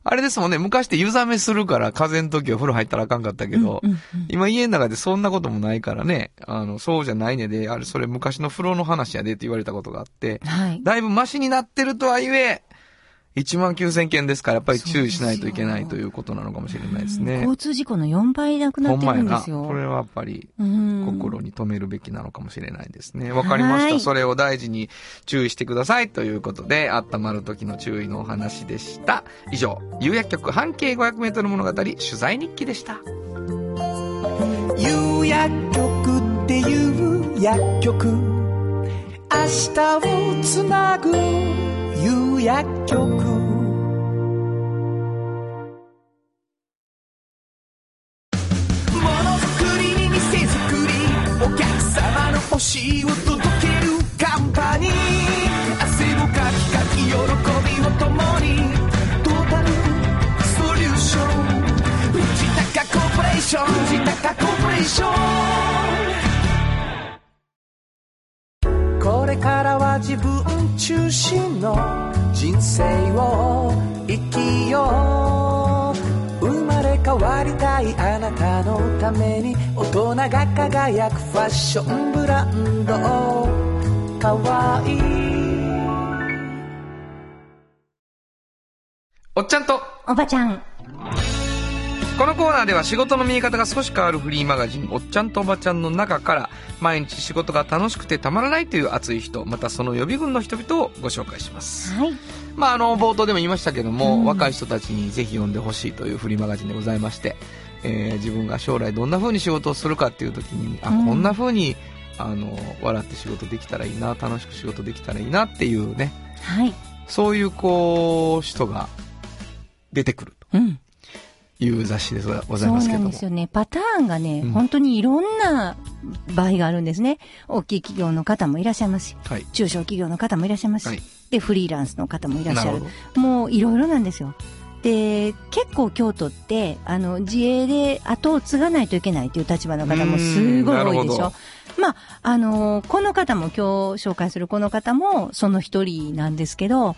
B: あれですもんね、昔って湯冷めするから、風邪の時はお風呂入ったらあかんかったけ
C: ら。
B: ど、
C: うんうん
B: 今家の中でそんなこともないからね、あの、そうじゃないねで、あれ、それ昔の風呂の話やでって言われたことがあって
C: うん、はい。
B: だいぶマシになってるとはいえ、1万9000件ですから、やっぱり注意しないといけない
C: そ
B: と
C: うです
B: いうことなのかもしれないですね。
C: 交通事故の4倍なくな
B: ほ
C: っ
B: ん
C: て
B: ま
C: る
B: や
C: んで
B: な。
C: すよ。
B: これはやっぱり
C: うん。
B: 心に留めるべきなのかもしれないですね。わかりまし
C: は
B: た。
C: い
B: それを大事に注意してください。ということで、温まる時の注意のお話でした。以上、有薬局半径500メートル物語取材日記でした。
E: 有薬局っていう薬局明日をつなぐ有薬局ものづくりに店づくりお客様の欲しいを届けるカンパニー汗をかきかき喜びを共にトータルソリューション藤高コーポレーション藤高コーポレーションこれからは自分中心の人生を生きよう生まれ変わりたいあなたのために大人が輝くファッションブランドかわいい
B: おっちゃんと
D: おばちゃん、
B: このコーナーでは仕事の見え方が少し変わるフリーマガジン「おっちゃんとおばちゃん」の中から毎日仕事が楽しくてたまらないという熱い人またその予備軍の人々をご紹介します、
D: はい。
B: まあ、あの冒頭でも言いましたけども、若い人たちにぜひ読んでほしいというフリーマガジンでございまして、えー自分が将来どんな風に仕事をするかっていう時にあ、こんな風にあの笑って仕事できたらいいな楽しく仕事できたらいいなっていうね
D: はい。
B: そういうこう人が出てくる
C: うん。
B: という雑誌でござい
C: そう
B: ますけ
C: なん
B: ども
C: ですよね。パターンがね、
B: うん
C: 本当にいろんな場合があるんですね。大きい企業の方もいらっしゃいますし、
B: はい
C: 中小企業の方もいらっしゃいますし、
B: はい
C: で、フリーランスの方もいらっしゃ
B: な
C: る
B: ほ。ど
C: もういろいろなんですよ。で、結構京都って、あの、自営で後を継がないといけないという立場の方もすごい多いで
B: うーん
C: し
B: な
C: ょ。
B: る
C: まあ、あの、この方も今日紹介するこの方もその一人なんですけど、
B: うん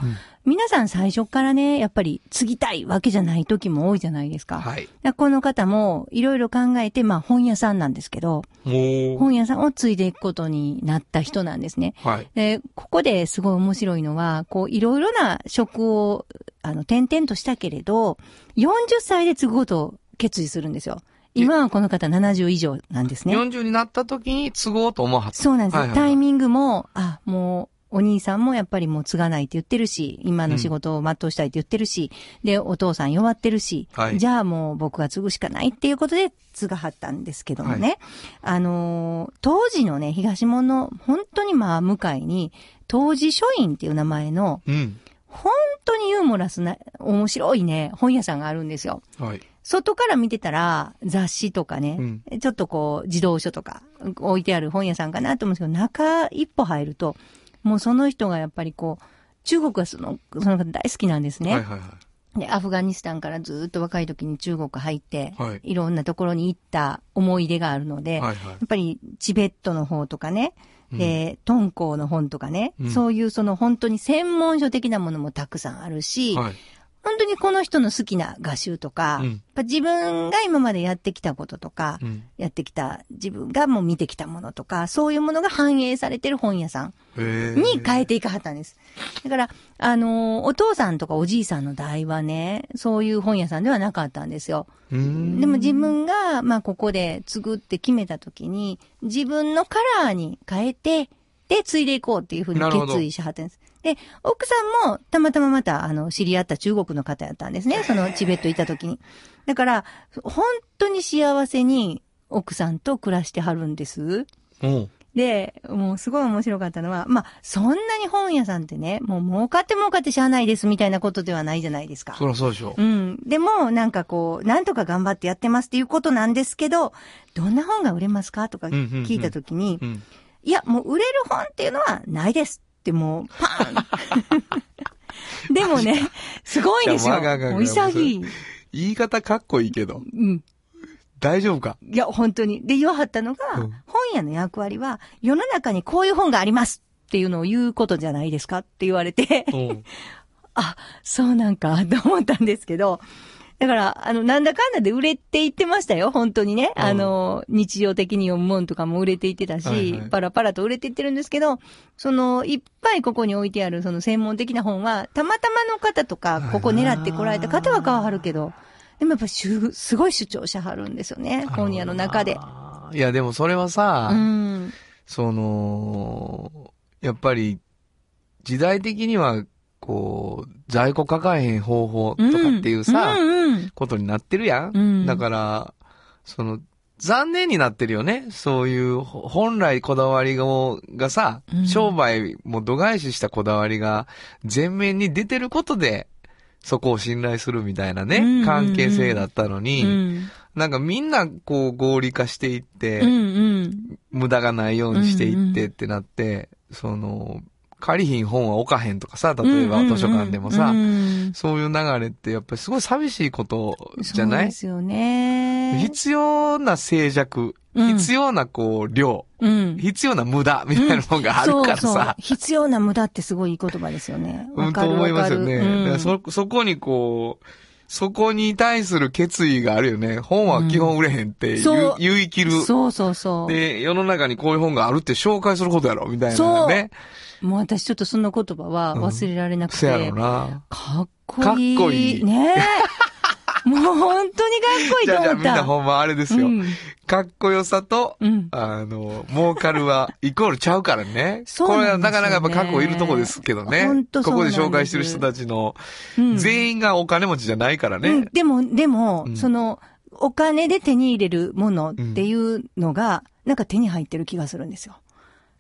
C: 皆さん最初からね、やっぱり継ぎたいわけじゃない時も多いじゃないですか。だか
B: はい。
C: らこの方もいろいろ考えて、まあ本屋さんなんですけど、
B: もう、
C: 本屋さんを継いでいくことになった人なんですね。
B: はい。
C: で、ここですごい面白いのは、こう、いろいろな職を、あの、転々としたけれど、40歳で継ぐことを決意するんですよ。今はこの方70以上なんですね。
B: 40になった時に継ごうと思うはず。
C: そうなんです、
B: はいはいはい
C: タイミングも、あ、もう、お兄さんもやっぱりもう継がないって言ってるし、今の仕事を全うしたいって言ってるし、で、お父さん弱ってるし、
B: はい
C: じゃあもう僕が継ぐしかないっていうことで継がはったんですけどもね、あのー当時のね、東門の本当にまあ向かいに、当時書院っていう名前の、
B: うん。
C: 本当にユーモラスな、面白いね、本屋さんがあるんですよ。
B: はい。
C: 外から見てたら、雑誌とかね、ちょっとこう、児童書とか置いてある本屋さんかなと思うんですけど、中一歩入ると、もうその人がやっぱりこう、中国がその、その方大好きなんですね。
B: はいはいはい。
C: で、アフガニスタンからずっと若い時に中国入って、
B: はい
C: い、ろんなところに行った思い出があるので、
B: はいはい
C: やっぱりチベットの方とかね、で、敦煌の本とかね、
B: うん
C: そういうその本当に専門書的なものもたくさんあるし、
B: はい。
C: 本当にこの人の好きな画集とか、
B: うん
C: やっぱ自分が今までやってきたこととか、
B: うん
C: やってきた、自分がもう見てきたものとか、そういうものが反映されてる本屋さん
B: へー
C: に変えていかはったんです。だから、あのーお父さんとかおじいさんの代はね、そういう本屋さんではなかったんですよ。
B: うーん
C: でも自分が、まあ、ここで継ぐって決めた時に、自分のカラーに変えて、で、継いでいこうっていうふうに
B: なるほど
C: 決意しはってんです。で、奥さんも、たまたままた、あの、知り合った中国の方やったんですね。その、チベット行った時に。だから、本当に幸せに、奥さんと暮らしてはるんです。
B: おう
C: で、もうすごい面白かったのは、まあ、そんなに本屋さんってね、もう儲かって儲かってしゃあないですみたいなことではないじゃないですか。
B: そりゃそうでしょ。
C: うん。でも、なんかこう、なんとか頑張ってやってますっていうことなんですけど、どんな本が売れますかとか
B: んうんうん
C: 聞いたときに、
B: うん。
C: いや、もう売れる本っていうのはないですってもう、パ
B: (laughs)
C: ーンでもね、すごいでし
B: い
C: ょ。
B: やわかるわかる
C: もう潔い。
B: 言い方かっこいいけど、
C: うん。
B: 大丈夫か。
C: いや、本当に。で、言わはったのが、
B: うん
C: 本屋の役割は、世の中にこういう本がありますっていうのを言うことじゃないですかって言われて、
B: うん
C: あ、そうなんか、 (laughs) と思ったんですけど、だから、あの、なんだかんだで売れていってましたよ、本当にね。
B: うん
C: あの、日常的に読むもんとかも売れていってたし、
B: はいはい
C: パラパラと売れていってるんですけど、その、いっぱいここに置いてある、その専門的な本は、たまたまの方とか、ここ狙ってこられた方は買わはるけど、でもやっぱしゅ、すごい主張者はるんですよね、本屋の中で。
B: あーいや、でもそれはさ
C: う、ん。
B: その、やっぱり、時代的には、こう、在庫かかえへん方法とかっていうさ、
C: うんうん
B: ことになってるやん。
C: うん
B: だから、その、残念になってるよね。そういう、ほ本来こだわりをがさ、
C: うん
B: 商売も度外視したこだわりが前面に出てることで、そこを信頼するみたいなね、
C: うんうんうん
B: 関係性だったのに、
C: うん。
B: なんかみんなこう合理化していって、
C: うんうん。
B: 無駄がないようにしてい
C: う
B: っ
C: んう
B: て
C: ん
B: ってなって、その、借りひん本は置かへんとかさ、例えば図書館でもさ、
C: うんうん
B: そういう流れってやっぱりすごい寂しいことじゃな
C: そう
B: い
C: ですよね。
B: 必要な静寂、
C: うん
B: 必要なこう量、
C: うん。
B: 必要な無駄みたいなもんがあるから
C: そうそう
B: さ。。
C: 必要な無駄ってすごいいい言葉ですよね。
B: う
C: わ
B: ん、
C: か
B: と
C: る
B: 思い
C: わ
B: ま
C: か
B: すよ
C: る
B: ね。だからそ、そこにこう、そこに対する決意があるよね。本は基本売れへんって言う、
C: そう
B: 言い切る
C: うん。そうそうそう。
B: で、世の中にこういう本があるって紹介することやろ、みたいなね。
C: もう私ちょっとその言葉は忘れられなくて。
B: そやろな。
C: かっこいい。
B: かっこいい
C: ね
B: (laughs)
C: え。もう本当にかっこいい
B: じ
C: と
B: ゃ
C: 思っ
B: あじゃあ
C: た。
B: みんなほんまあれですよ。
C: うん
B: かっこよさと、
C: うん
B: あの、儲か
C: (laughs)
B: るはイコールちゃうからね。
C: そうなんですよね
B: これはなかなかやっぱ過去いるとこですけどね。
C: ほんとそう
B: こ
C: な
B: こ
C: ん
B: で
C: です
B: 紹介してる人たちの、
C: うん
B: 全員がお金持ちじゃないからね。
C: うん、でも、でも、
B: うん
C: その、お金で手に入れるものっていうのが、なんか手に入ってる気がするんですよ。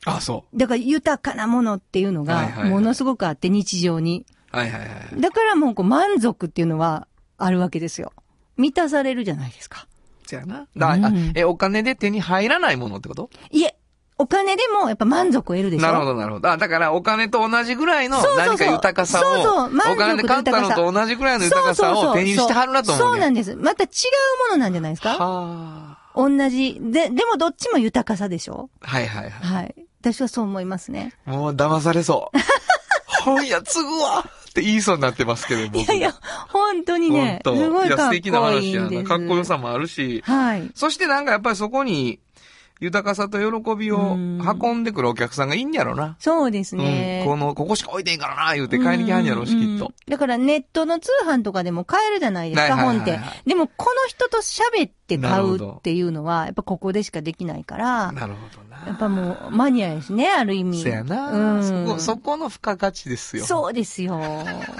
B: あ、そ
C: だから豊かなものっていうの
B: はいはい
C: が、
B: はい
C: ものすごくあって、日常に。
B: う。はいはいはい。
C: だからもうこう満足っていうのはあるわけですよ。満たされるじゃないですか。
B: じゃあな。だあ
C: うん
B: え、お金で手に入らないものってこと
C: いえ、お金でもやっぱ満足を得るでしょ。
B: なるほど、なるほど。あ、だからお金と同じぐらいの
C: そうそうそう
B: 何か豊かさを、
C: そうそう満足
B: お金で買ったのと同じぐらいの豊かさを手にしてはるなと思う、ね。
C: そうなん
B: で
C: です。また違うものなんじゃないです
B: す
C: か
B: はあ。
C: 同じ。で、でもどっちも豊かさでしょ
B: はいはいはい。
C: はい。私はそう思いますね。
B: もう騙さ
C: (laughs)
B: れそう。本屋継ぐわって言いそうになってますけど、僕。
C: いやいや、本当にね、す
B: ほんと
C: ごい
B: や
C: かっ
B: 素
C: こいいんです
B: 敵な話やな。かっこよさもあるし、
C: はい。
B: そしてなんかやっぱりそこに、豊かさと喜びを
C: うん
B: 運んでくるお客さんがいいんやろな。
C: そうです
B: う
C: ね
B: ん。。この、ここしか置いてへんからな、言うて買いに来はんやろうし、きっ
C: う
B: と
C: ん。だからネットの通販とかでも買えるじゃないですか、
B: はいはいはい
C: 本っ
B: はい
C: て。でも、この人と喋って買うっていうのは、やっぱここでしかできないから、
B: なるほどな。
C: やっぱもうマニアやしね、ある意味。
B: そや
C: う
B: な。
C: ん。
B: そこ、そこの付加価値ですよ。
C: そうですよ。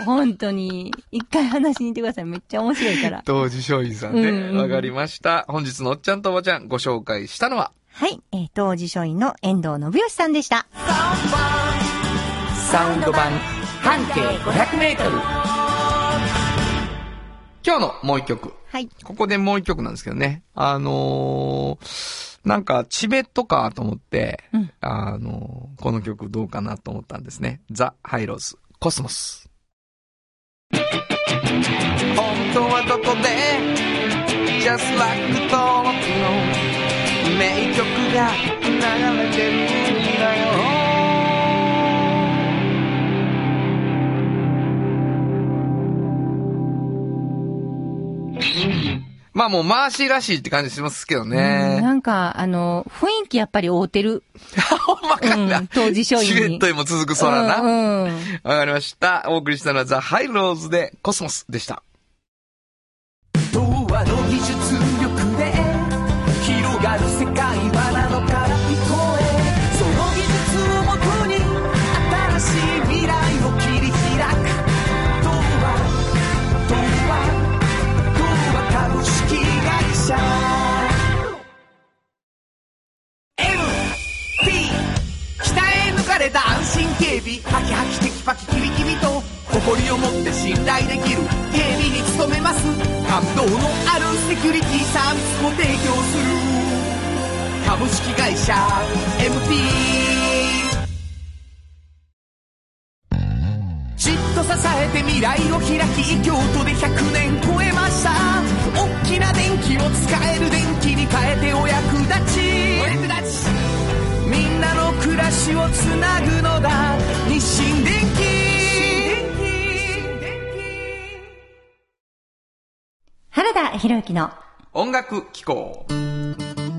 C: 本当に。一回話しに行ってください。めっちゃ面白い
B: (laughs)
C: から。
B: 同時商品さんね
C: う。ん
B: わかりました。本日のおっちゃんとおばちゃんご紹介したのは、
D: はい、えー、当時書院の遠藤信義さんでした。
E: サウンド版半径500メートル
B: 今日のもう一曲。
D: はい。
B: ここでもう一曲なんですけどね。あのーなんか、チベットかと思って、
C: うん
B: あのーこの曲どうかなと思ったんですね。ザ・ハイローズ、コスモス。
E: 本当はどこで Just like the thought の名曲が流れてるんだよ
B: まあもう回しらしいって感じしますけど
C: うん
B: ね。
C: なんか、あの、雰囲気やっぱり合うてる。
B: ほんまかん
C: う。
B: (laughs) なん
C: 当事者
B: シ
C: 員に
B: ルエットにも続く空な。わ、
C: うんうん
B: かりました。お送りしたのはザ・ハイローズでコスモスでした。
E: 童話の技術力で広がる世界はなのから聞こえその技術をもとに新しい未来を切り開く童話童話童話株式会社 MT 鍛え抜かれた安心警備ハキハキテキパキキビキビと誇りを持って信頼できる警備に努めます感動のあるセキュリティサービスを提供する株式会社 MT じっと支えて未来を開き京都で100年超えました大きな電気を使える電気に変えてお役立ちお役立ちみんなの暮らしをつなぐのだ日清電気
D: 原田博之の
B: 音楽機構。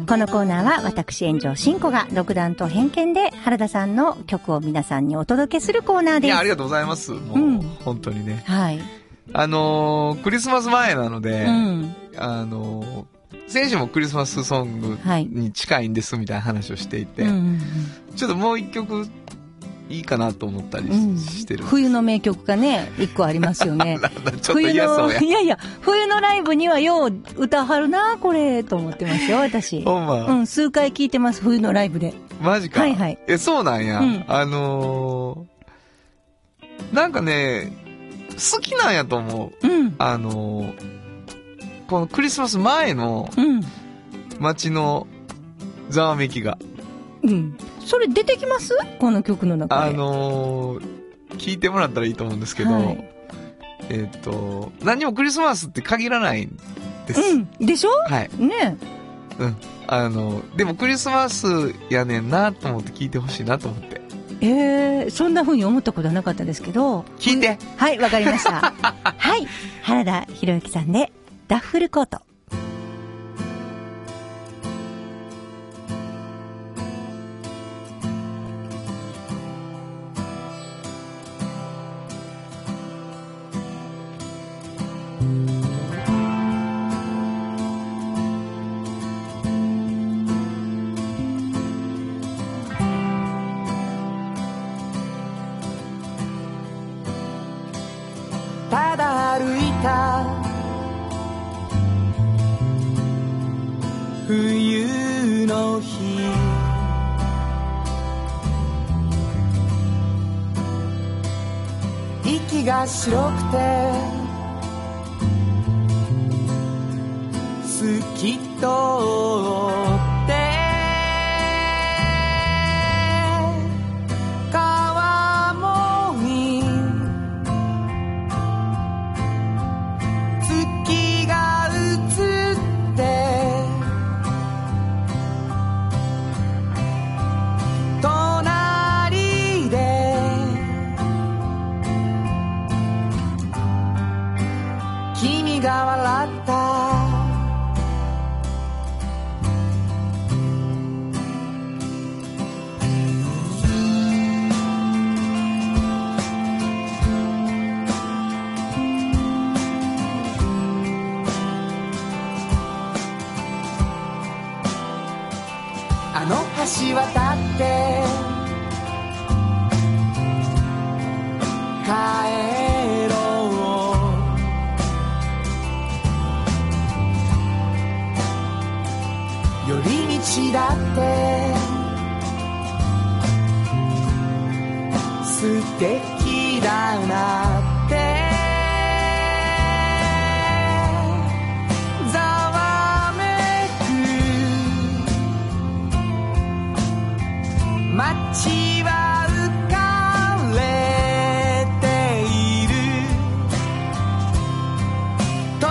D: このコーナーは私炎上真子が独断と偏見で原田さんの曲を皆さんにお届けするコーナー
B: い
D: です。
B: や、ありがとうございます。も
D: う
B: う、
D: ん
B: 本当にね。
C: はい。
B: あのークリスマス前なので、
C: うん。
B: あのー選手もクリスマスソング
C: はい
B: に近いんですみたいな話をしていて、
C: うんうん
B: ちょっともう一曲いいかなと思ったりし,、
C: うん
B: て (laughs) る。
C: 冬の名曲がね、一個ありますよね。
B: (laughs) ちょっと嫌そうや
C: 冬の。いや (laughs) いや、冬のライブにはよう歌はるな、これ、と思ってますよ、私。
B: ほんま、
C: うん、数回聞いてます、冬のライブで。
B: マジか。
C: はいはい
B: え、そうなんや。
C: うん
B: あのーなんかね、好きなんやと思う。
C: うん。
B: あのーこのクリスマス前の
C: うん。
B: 街のざわめきが、
C: うん。それ出てきますこの曲の中
B: あ
C: で。
B: のー聞いてもらったらいいと思うんですけど、
C: はい
B: えっ、と、何もクリスマスって限らないんです。
C: うん。でしょ
B: はい。
C: ね
B: あの、でもクリスマスやねんなと思って聞いてほしいなと思って。
C: え。えー、そんな風に思ったことはなかったですけど。
B: 聞いて
D: はい、わかりました。はい、原田博之さんで、ダッフルコート。
E: ただ歩いた冬の日息が白くて透き通って川もに月が映って隣で君が笑ったあの橋渡って帰ろう寄り道だって素敵だなってざわめく街は浮かれている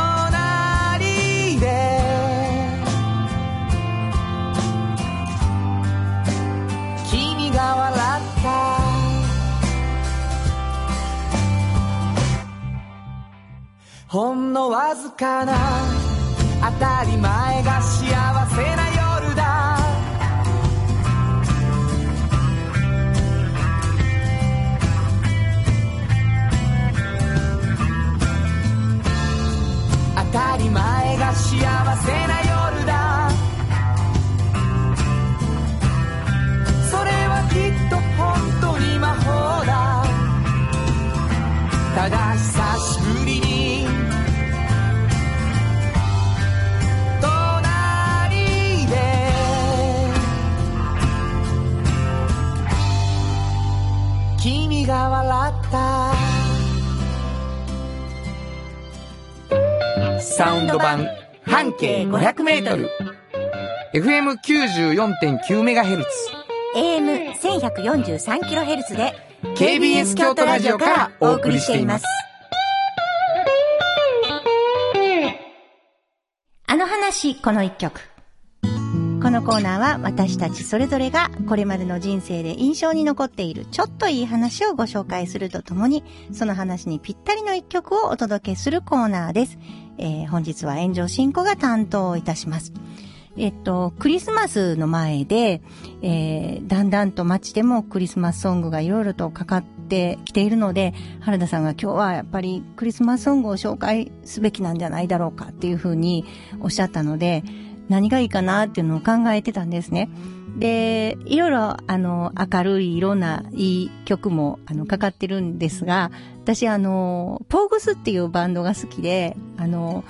E: かな当たり前が幸せな夜だ当たり前が幸せな夜だそれはきっと本当に魔法だただ久しぶりに隣で君が笑ったサウンド版半径 (laughs)
G: 500mFM94.9MHz
C: AM1143kHz で
G: KBS 京都ラジオからお送りしています。
C: あの話、この一曲。このコーナーは私たちそれぞれがこれまでの人生で印象に残っているちょっといい話をご紹介するとともに、その話にぴったりの一曲をお届けするコーナーです。えー本日は炎上進行が担当いたします。えっと、クリスマスの前で、えーだんだんと街でもクリスマスソングがいろいろとかかってきているので、原田さんが今日はやっぱりクリスマスソングを紹介すべきなんじゃないだろうかっていうふうにおっしゃったので、何がいいかなっていうのを考えてたんですね。で、いろいろ、あの、明るい、いろんな、いい曲も、あの、かかってるんですが、私、あの、ポーグスっていうバンドが好きで、あの、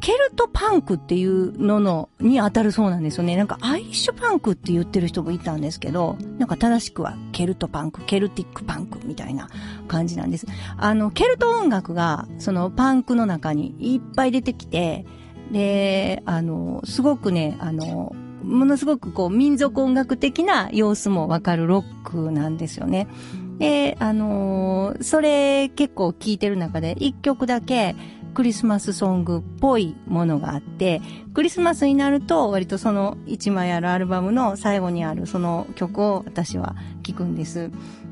C: ケルトパンクっていうのの、に当たるそうなんですよね。なんか、アイリッシュパンクって言ってる人もいたんですけど、なんか正しくは、ケルトパンク、ケルティックパンクみたいな感じなんです。あの、ケルト音楽が、その、パンクの中にいっぱい出てきて、で、あの、すごくね、あの、ものすごくこう、民族音楽的な様子もわかるロックなんですよね。で、あのーそれ結構聴いてる中で、一曲だけクリスマスソングっぽいものがあって、クリスマスになると割とその一枚あるアルバムの最後にあるその曲を私は聴くんです。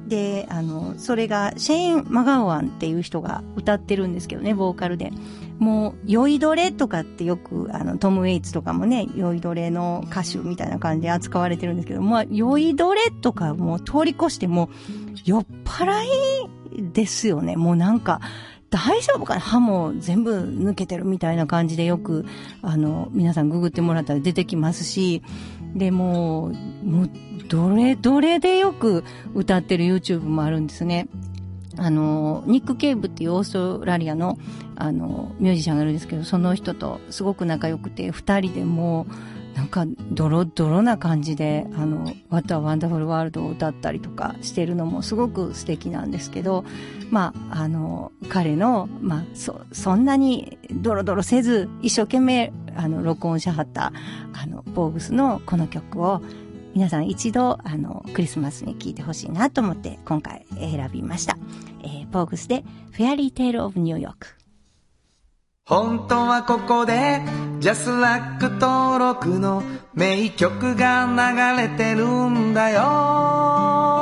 C: で、あの、それがシェイン・マガオアンっていう人が歌ってるんですけどね、ボーカルで。もう、酔いどれとかってよく、あの、トム・ウェイツとかもね、酔いどれの歌手みたいな感じで扱われてるんですけど、まあ、酔いどれとかもう通り越してもう、酔っ払いですよね。もうなんか、大丈夫かな歯も全部抜けてるみたいな感じでよく、あの、皆さんググってもらったら出てきますし、で、もう、もう、どれどれでよく歌ってる YouTube もあるんですね。あの、ニック・ケイブっていうオーストラリアの、あの、ミュージシャンがいるんですけど、その人とすごく仲良くて、二人でもう、なんか、ドロドロな感じで、あの、What a Wonderful World を歌ったりとかしてるのもすごく素敵なんですけど、まあ、あの、彼の、まあ、そ、そんなにドロドロせず、一生懸命、あの、録音しはった、あの、ボーグスのこの曲を、皆さん一度、あの、クリスマスに聴いてほしいなと思って、今回選びました。えー、ボーグスで、フェアリーテイルオブニューヨーク。
E: 本当はここでジャスラック登録の名曲が流れてるんだよ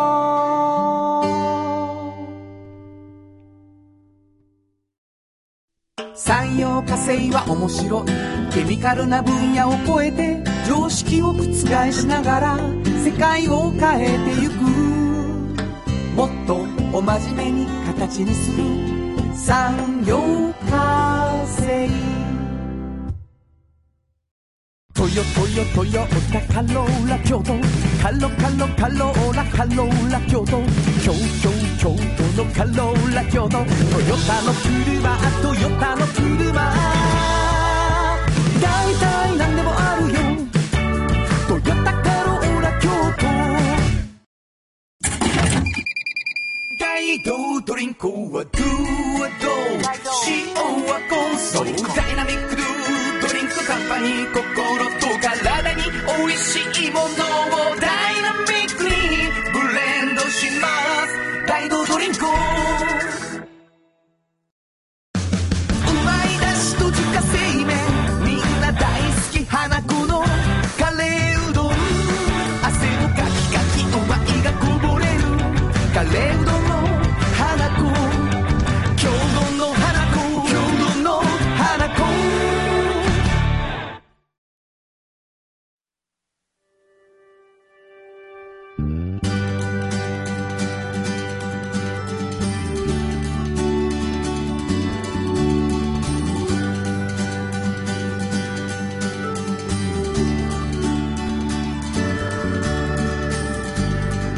E: 産業化成は面白いケミカルな分野を超えて常識を覆しながら世界を変えてゆくもっとお真面目に形にする産業化成トヨトヨトヨタカローラ京都カロカロカローラカローラ京都京京京都のカローラ京都トヨタの車トヨタの車大体何でもあるよトヨタカローラ京都大道ドリンクはドゥはドゥ塩はコンソーダイナミックドゥドリンクカンパニー心と体に美味しいものをダイナミックにブレンドします大道ドリンクをうまいだしと自家製麺みんな大好き花子のカレーうどん汗をかきかきお前がこぼれるカレーうどんの花子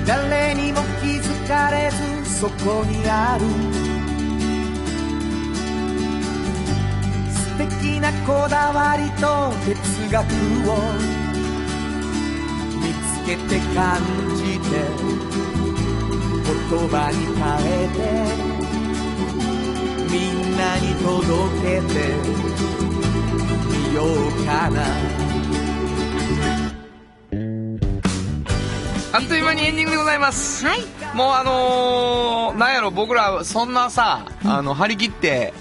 E: 誰にも気づかれずそこにある素敵なこだわりと哲学を見つけて感じて言葉に変えてみんなに届けてみようかな
B: あっという間にエンディングでございます。
C: はい。
B: もうあのー、なんやろ、僕らそんなさ、あの、張り切って、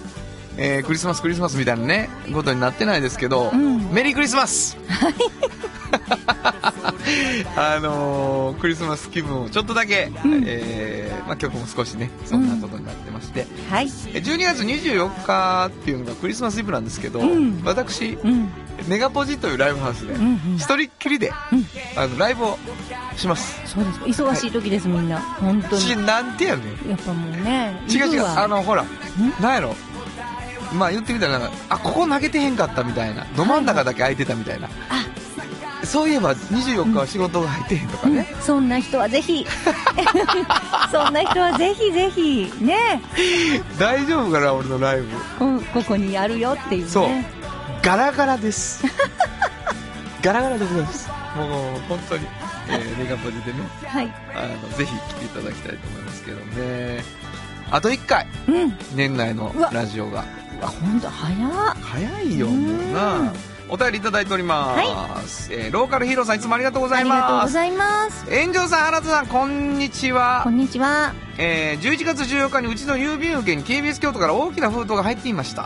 B: えークリスマスクリスマスみたいなね、ことになってないですけど、メリークリスマス (laughs) あのークリスマス気分をちょっとだけ、えーまあ、曲も少しね、そんなことになってまして、
C: はい。
B: え12月24日っていうのがクリスマスイブなんですけど、
C: ん
B: 私、
C: うん。
B: メガポジというライブハウスで、
C: うんうん
B: 一人っきりで、あのライブをします。
C: そうです。忙しい時です、みんな。本当に
B: し。なんてやねん
C: やっぱもうね。
B: 違う違
C: イ
B: う
C: ブは
B: あのほらなんやろまあ言ってみたらなんかあここ投げてへんかったみたいなど真ん中だけ空いてたみたいな、そういえば24日は仕事が入ってへんとかね、
C: そんな人はぜひ。 (laughs) そんな人はぜひぜひ。ね。
B: 大丈夫かな俺のライブ
C: こここにあるよっていうね。
B: そうガラガラです
C: (laughs)
B: ガラガラでございますもう本当に、えー、メガポジでね
C: はい。
B: あのぜひ来ていただきたいと思いますけどねあと1回
C: うん。
B: 年内の
C: うわ
B: ラジオが
C: あ、ほんと、早っ。
B: 早いよもうなお便りいただいております、えーローカルヒーローさんいつもありがとうござ
C: あ
B: い
C: りがとう
B: ま
C: ご
B: す
C: ざいます。
B: 炎上さん原田さんこんにちは
C: こんにちは。
B: えー11月14日にうちの郵便受けに KBS 京都から大きな封筒が入っていました、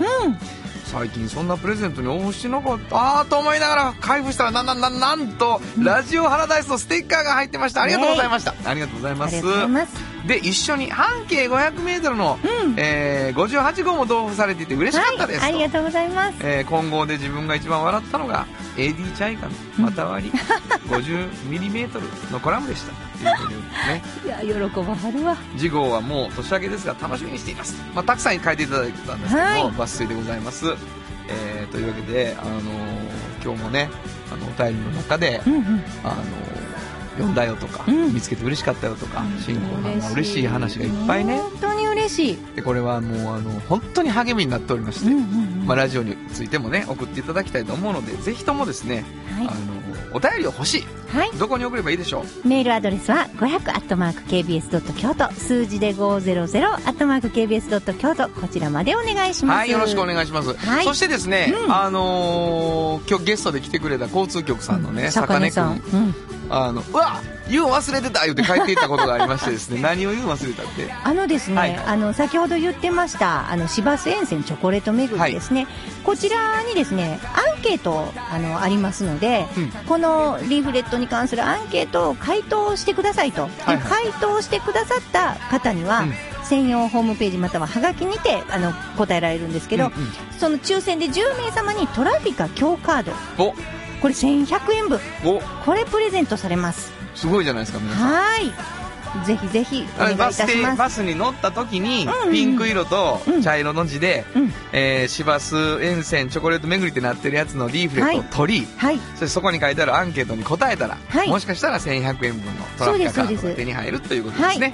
B: 最近そんなプレゼントに応募してなかったあーと思いながら開封したらなんなんなんなんと、ラジオハラダイスのステッカーが入ってましたありがとうございました、ありがとうござい
C: あ
B: ま
C: り
B: す
C: がとうございます。
B: で一緒に半径 500m の、えー58号も同封されていて嬉しかったです、
C: はい。ありがとうございます。
B: えー混合で自分が一番笑ったのが AD チャイカの股割り
C: (laughs)
B: 50mm のコラムでしたというふうにね
C: いや、喜ばはるわ。
B: 次号はもう年明けですが楽しみにしています、まあ、たくさん書いていただいてたんですけども、
C: はい
B: 抜粋でございます、えーというわけで、あのー今日もねあのお便りの中で、
C: うんうん。
B: あの読んだよとか、
C: うん
B: 見つけて嬉しかったよとか、新婚さんが嬉しい話がいっぱいね
C: 本当に嬉しい。
B: でこれはもうあの本当に励みになっておりまして、
C: うんうんうん
B: まあ、ラジオについてもね送っていただきたいと思うのでぜひともですね、
C: はい
B: あのお便りを欲しい
C: はい。
B: どこに送ればいいでしょう
C: メールアドレスは500アットマーク KBS ドット京都数字で500アットマーク KBS ドット京都こちらまでお願いします。
B: はいよろしくお
C: いし
B: 願いします、
C: はい
B: そしてですね、あのー今日ゲストで来てくれた交通局さんのね、坂根
C: さん。
B: 君
C: うん。
B: あのうわ言うん忘れてた言うて帰っていったことがありまし
C: (laughs)
B: てですね何を言うん忘れたって
C: あのですね、
B: はい
C: あの先ほど言ってましたあの市バス沿線チョコレート巡りですね、こちらにですねアンケートあのありますので、
B: うん
C: このリーフレットに関するアンケートを回答してくださいと、
B: はい
C: で回答してくださった方には、
B: うん
C: 専用ホームページまたははがきにてあの答えられるんですけど、
B: うんうん
C: その抽選で10名様にトラフィカ強カード
B: お
C: これ1100円分
B: お
C: これプレゼントされます
B: すごいじゃないですか皆さん
C: はいぜひぜひお願いいた
B: バ
C: し
B: ス停
C: ます
B: バスに乗った時に
C: うん
B: ピンク色と
C: うん
B: 茶色の字で
C: うん
B: 「えー市バス沿線チョコレート巡り」ってなってるやつのリーフレットを取り、
C: はい
B: そしてそこに書いてあるアンケートに答えたら、
C: はい
B: もしかしたら1100円分のトラックカードが手に入るということですね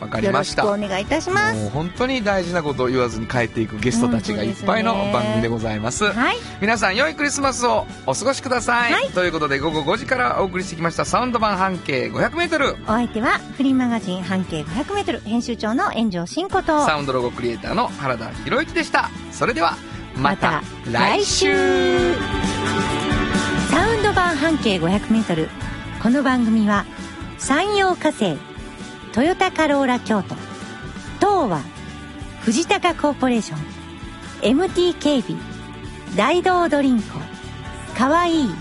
B: わ、かり
C: よろ
B: まし
C: したくお願いいたします
B: もう本当に大事なことを言わずに帰っていくゲストたちがいっぱいの
C: 本当ですね
B: 番組でございます、
C: はい
B: 皆さん良いクリスマスをお過ごしください、
C: はい
B: ということで午後5時からお送りしてきましたサウンド版半径 500m
C: お相手はフリーマガジン半径 500m 編集長の炎上真子と
B: サウンドロゴクリエイターの原田博之でしたそれではまた来週
C: サウンド版半径 500m この番組は山陽火星トヨタカローラ京都東和藤高コーポレーション MT 警備大道ドリンクかわいい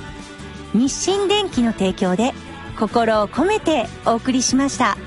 C: 日清電機の提供で心を込めてお送りしました。